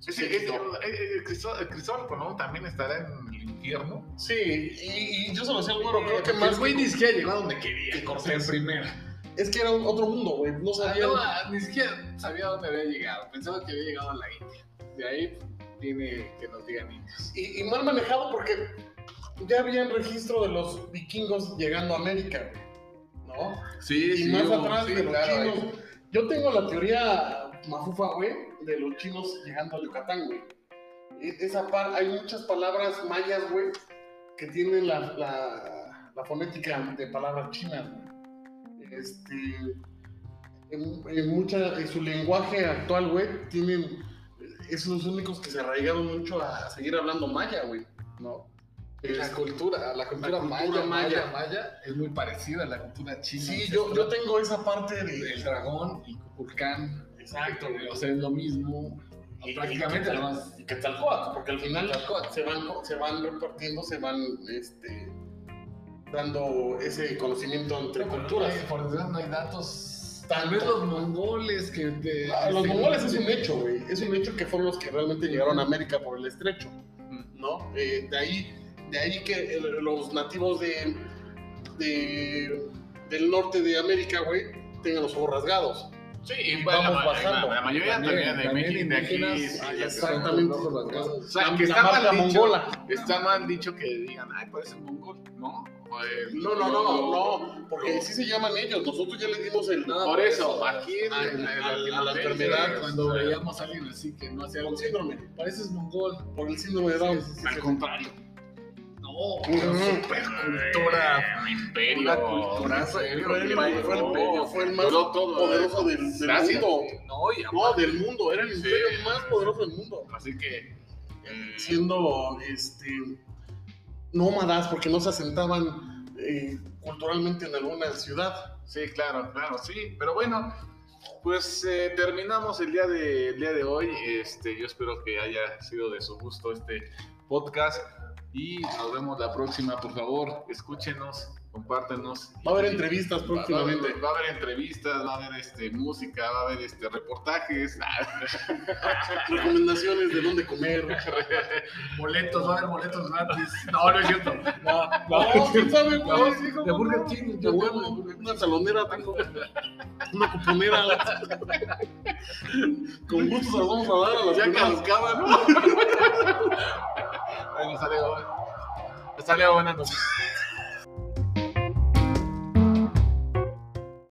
S2: su
S1: Ese- ese-
S2: séquito.
S1: eh, eh, Cristóbal Cristóbal Colón también estará en el infierno.
S2: Sí, y, y yo se lo decía al güero, creo que
S3: Porque
S2: más...
S3: el güey ni siquiera llegó a donde quería.
S2: que Cortés.
S3: En primera.
S2: Es que era un- otro mundo, güey, no
S3: Ah,
S2: sabía...
S3: no, ah, ni siquiera sabía dónde había llegado. Pensaba que había llegado a la India. De ahí tiene que nos digan indios.
S2: y, y mal manejado porque ya habían registro de los vikingos llegando a América, güey, ¿no?
S1: Sí,
S2: y más atrás
S1: sí,
S2: de los
S1: claro, ahí.
S2: chinos. Yo tengo la teoría mafufa, güey, de los chinos llegando a Yucatán, güey. E- Esa par, hay muchas palabras mayas, güey, que tienen la, la- la fonética de palabras chinas, güey. Este, en, en mucha, en su lenguaje actual, güey, tienen esos únicos que se arraigaron mucho a, a seguir hablando maya, güey, ¿no?
S3: La
S2: Este,
S3: cultura, la cultura,
S2: cultura maya,
S3: maya, maya, maya es muy parecida a la cultura china.
S2: sí, yo, yo tengo esa parte de...
S3: El dragón, el Kukulcán,
S2: Exacto, güey.
S3: O sea, es lo mismo.
S2: Y-
S3: prácticamente
S2: y-
S3: nada más.
S2: Y Quetzalcóatl, porque al final
S3: Quetzalcóatl.
S2: se van, se van repartiendo, se van este, dando ese conocimiento entre culturas.
S3: Ay, Por desgracia no hay datos. Tal vez los mongoles que te-
S2: Ah, los
S1: Este,
S3: que-
S2: mongoles es un hecho, güey. Es un hecho que fueron los que realmente llegaron a América por el estrecho, ¿no? Eh, de, ahí, de ahí que el- los nativos de, de- del norte de América, güey, tengan los ojos rasgados.
S1: Sí, y bueno,
S2: Vamos
S1: la, ma-
S2: bajando.
S1: la mayoría
S3: También-
S1: también de,
S3: también
S1: México, de aquí.
S3: indígenas,
S1: sí,
S3: ah,
S1: ya
S3: ya
S1: se-
S3: saben.
S2: Exactamente.
S3: los ojos rasgados.
S1: O sea,
S2: La-
S1: que
S2: la
S1: está mal
S2: marca
S1: dicho.
S2: mongola.
S1: Está mal dicho que digan, ay, parece un mongol, ¿no? O eh, el-
S2: No, no, no, no, porque sí se llaman ellos. Nosotros ya les dimos el
S3: No,
S1: Por eso,
S3: a-
S1: aquí en
S2: a-
S1: en- en
S2: a- a la
S1: Latinoamérica,
S2: enfermedad,
S3: Cuando
S1: o sea,
S3: veíamos a alguien así que no hacía algo.
S2: Por síndrome,
S3: Pareces mongol.
S2: por el síndrome de Down.
S3: Sí, sí, sí,
S1: Al contrario.
S3: No,
S1: Supercultura, imperio.
S3: Una culturaza,
S1: Sí,
S2: Fue el,
S1: imperio.
S2: fue el- fue el más
S1: Duró todo,
S2: poderoso del, del
S1: Gracias.
S2: mundo.
S3: no, y
S2: No, del mundo, era el
S1: Sí.
S2: imperio más poderoso del mundo.
S1: Así que. eh,
S2: Siendo este, nómadas, porque no se asentaban eh, culturalmente en alguna ciudad.
S1: Sí, claro, claro, sí. Pero bueno, pues eh, terminamos el día, de, el día de hoy. Este, yo espero que haya sido de su gusto este podcast. Y nos vemos la próxima, por favor. Escúchenos, compártenos.
S2: Va a haber
S1: Y-
S2: entrevistas
S1: va- Va, a haber-
S2: próximamente.
S1: va a haber entrevistas, va a haber este, música, va a haber este, reportajes.
S2: Recomendaciones de dónde comer.
S3: boletos, va a haber boletos gratis. No, no es cierto. No,
S2: No, quién sabe, güey,
S3: No,
S2: sí, cómo
S3: de Burger
S2: no.
S3: King,
S2: De
S3: yo
S2: huevo,
S3: tengo de Burger
S2: una salonera tengo. Una cuponera. Con gusto se las vamos a dar a las
S1: ya
S2: primeras.
S1: cascaba, ¿no? bueno, salió. Salió buena noche.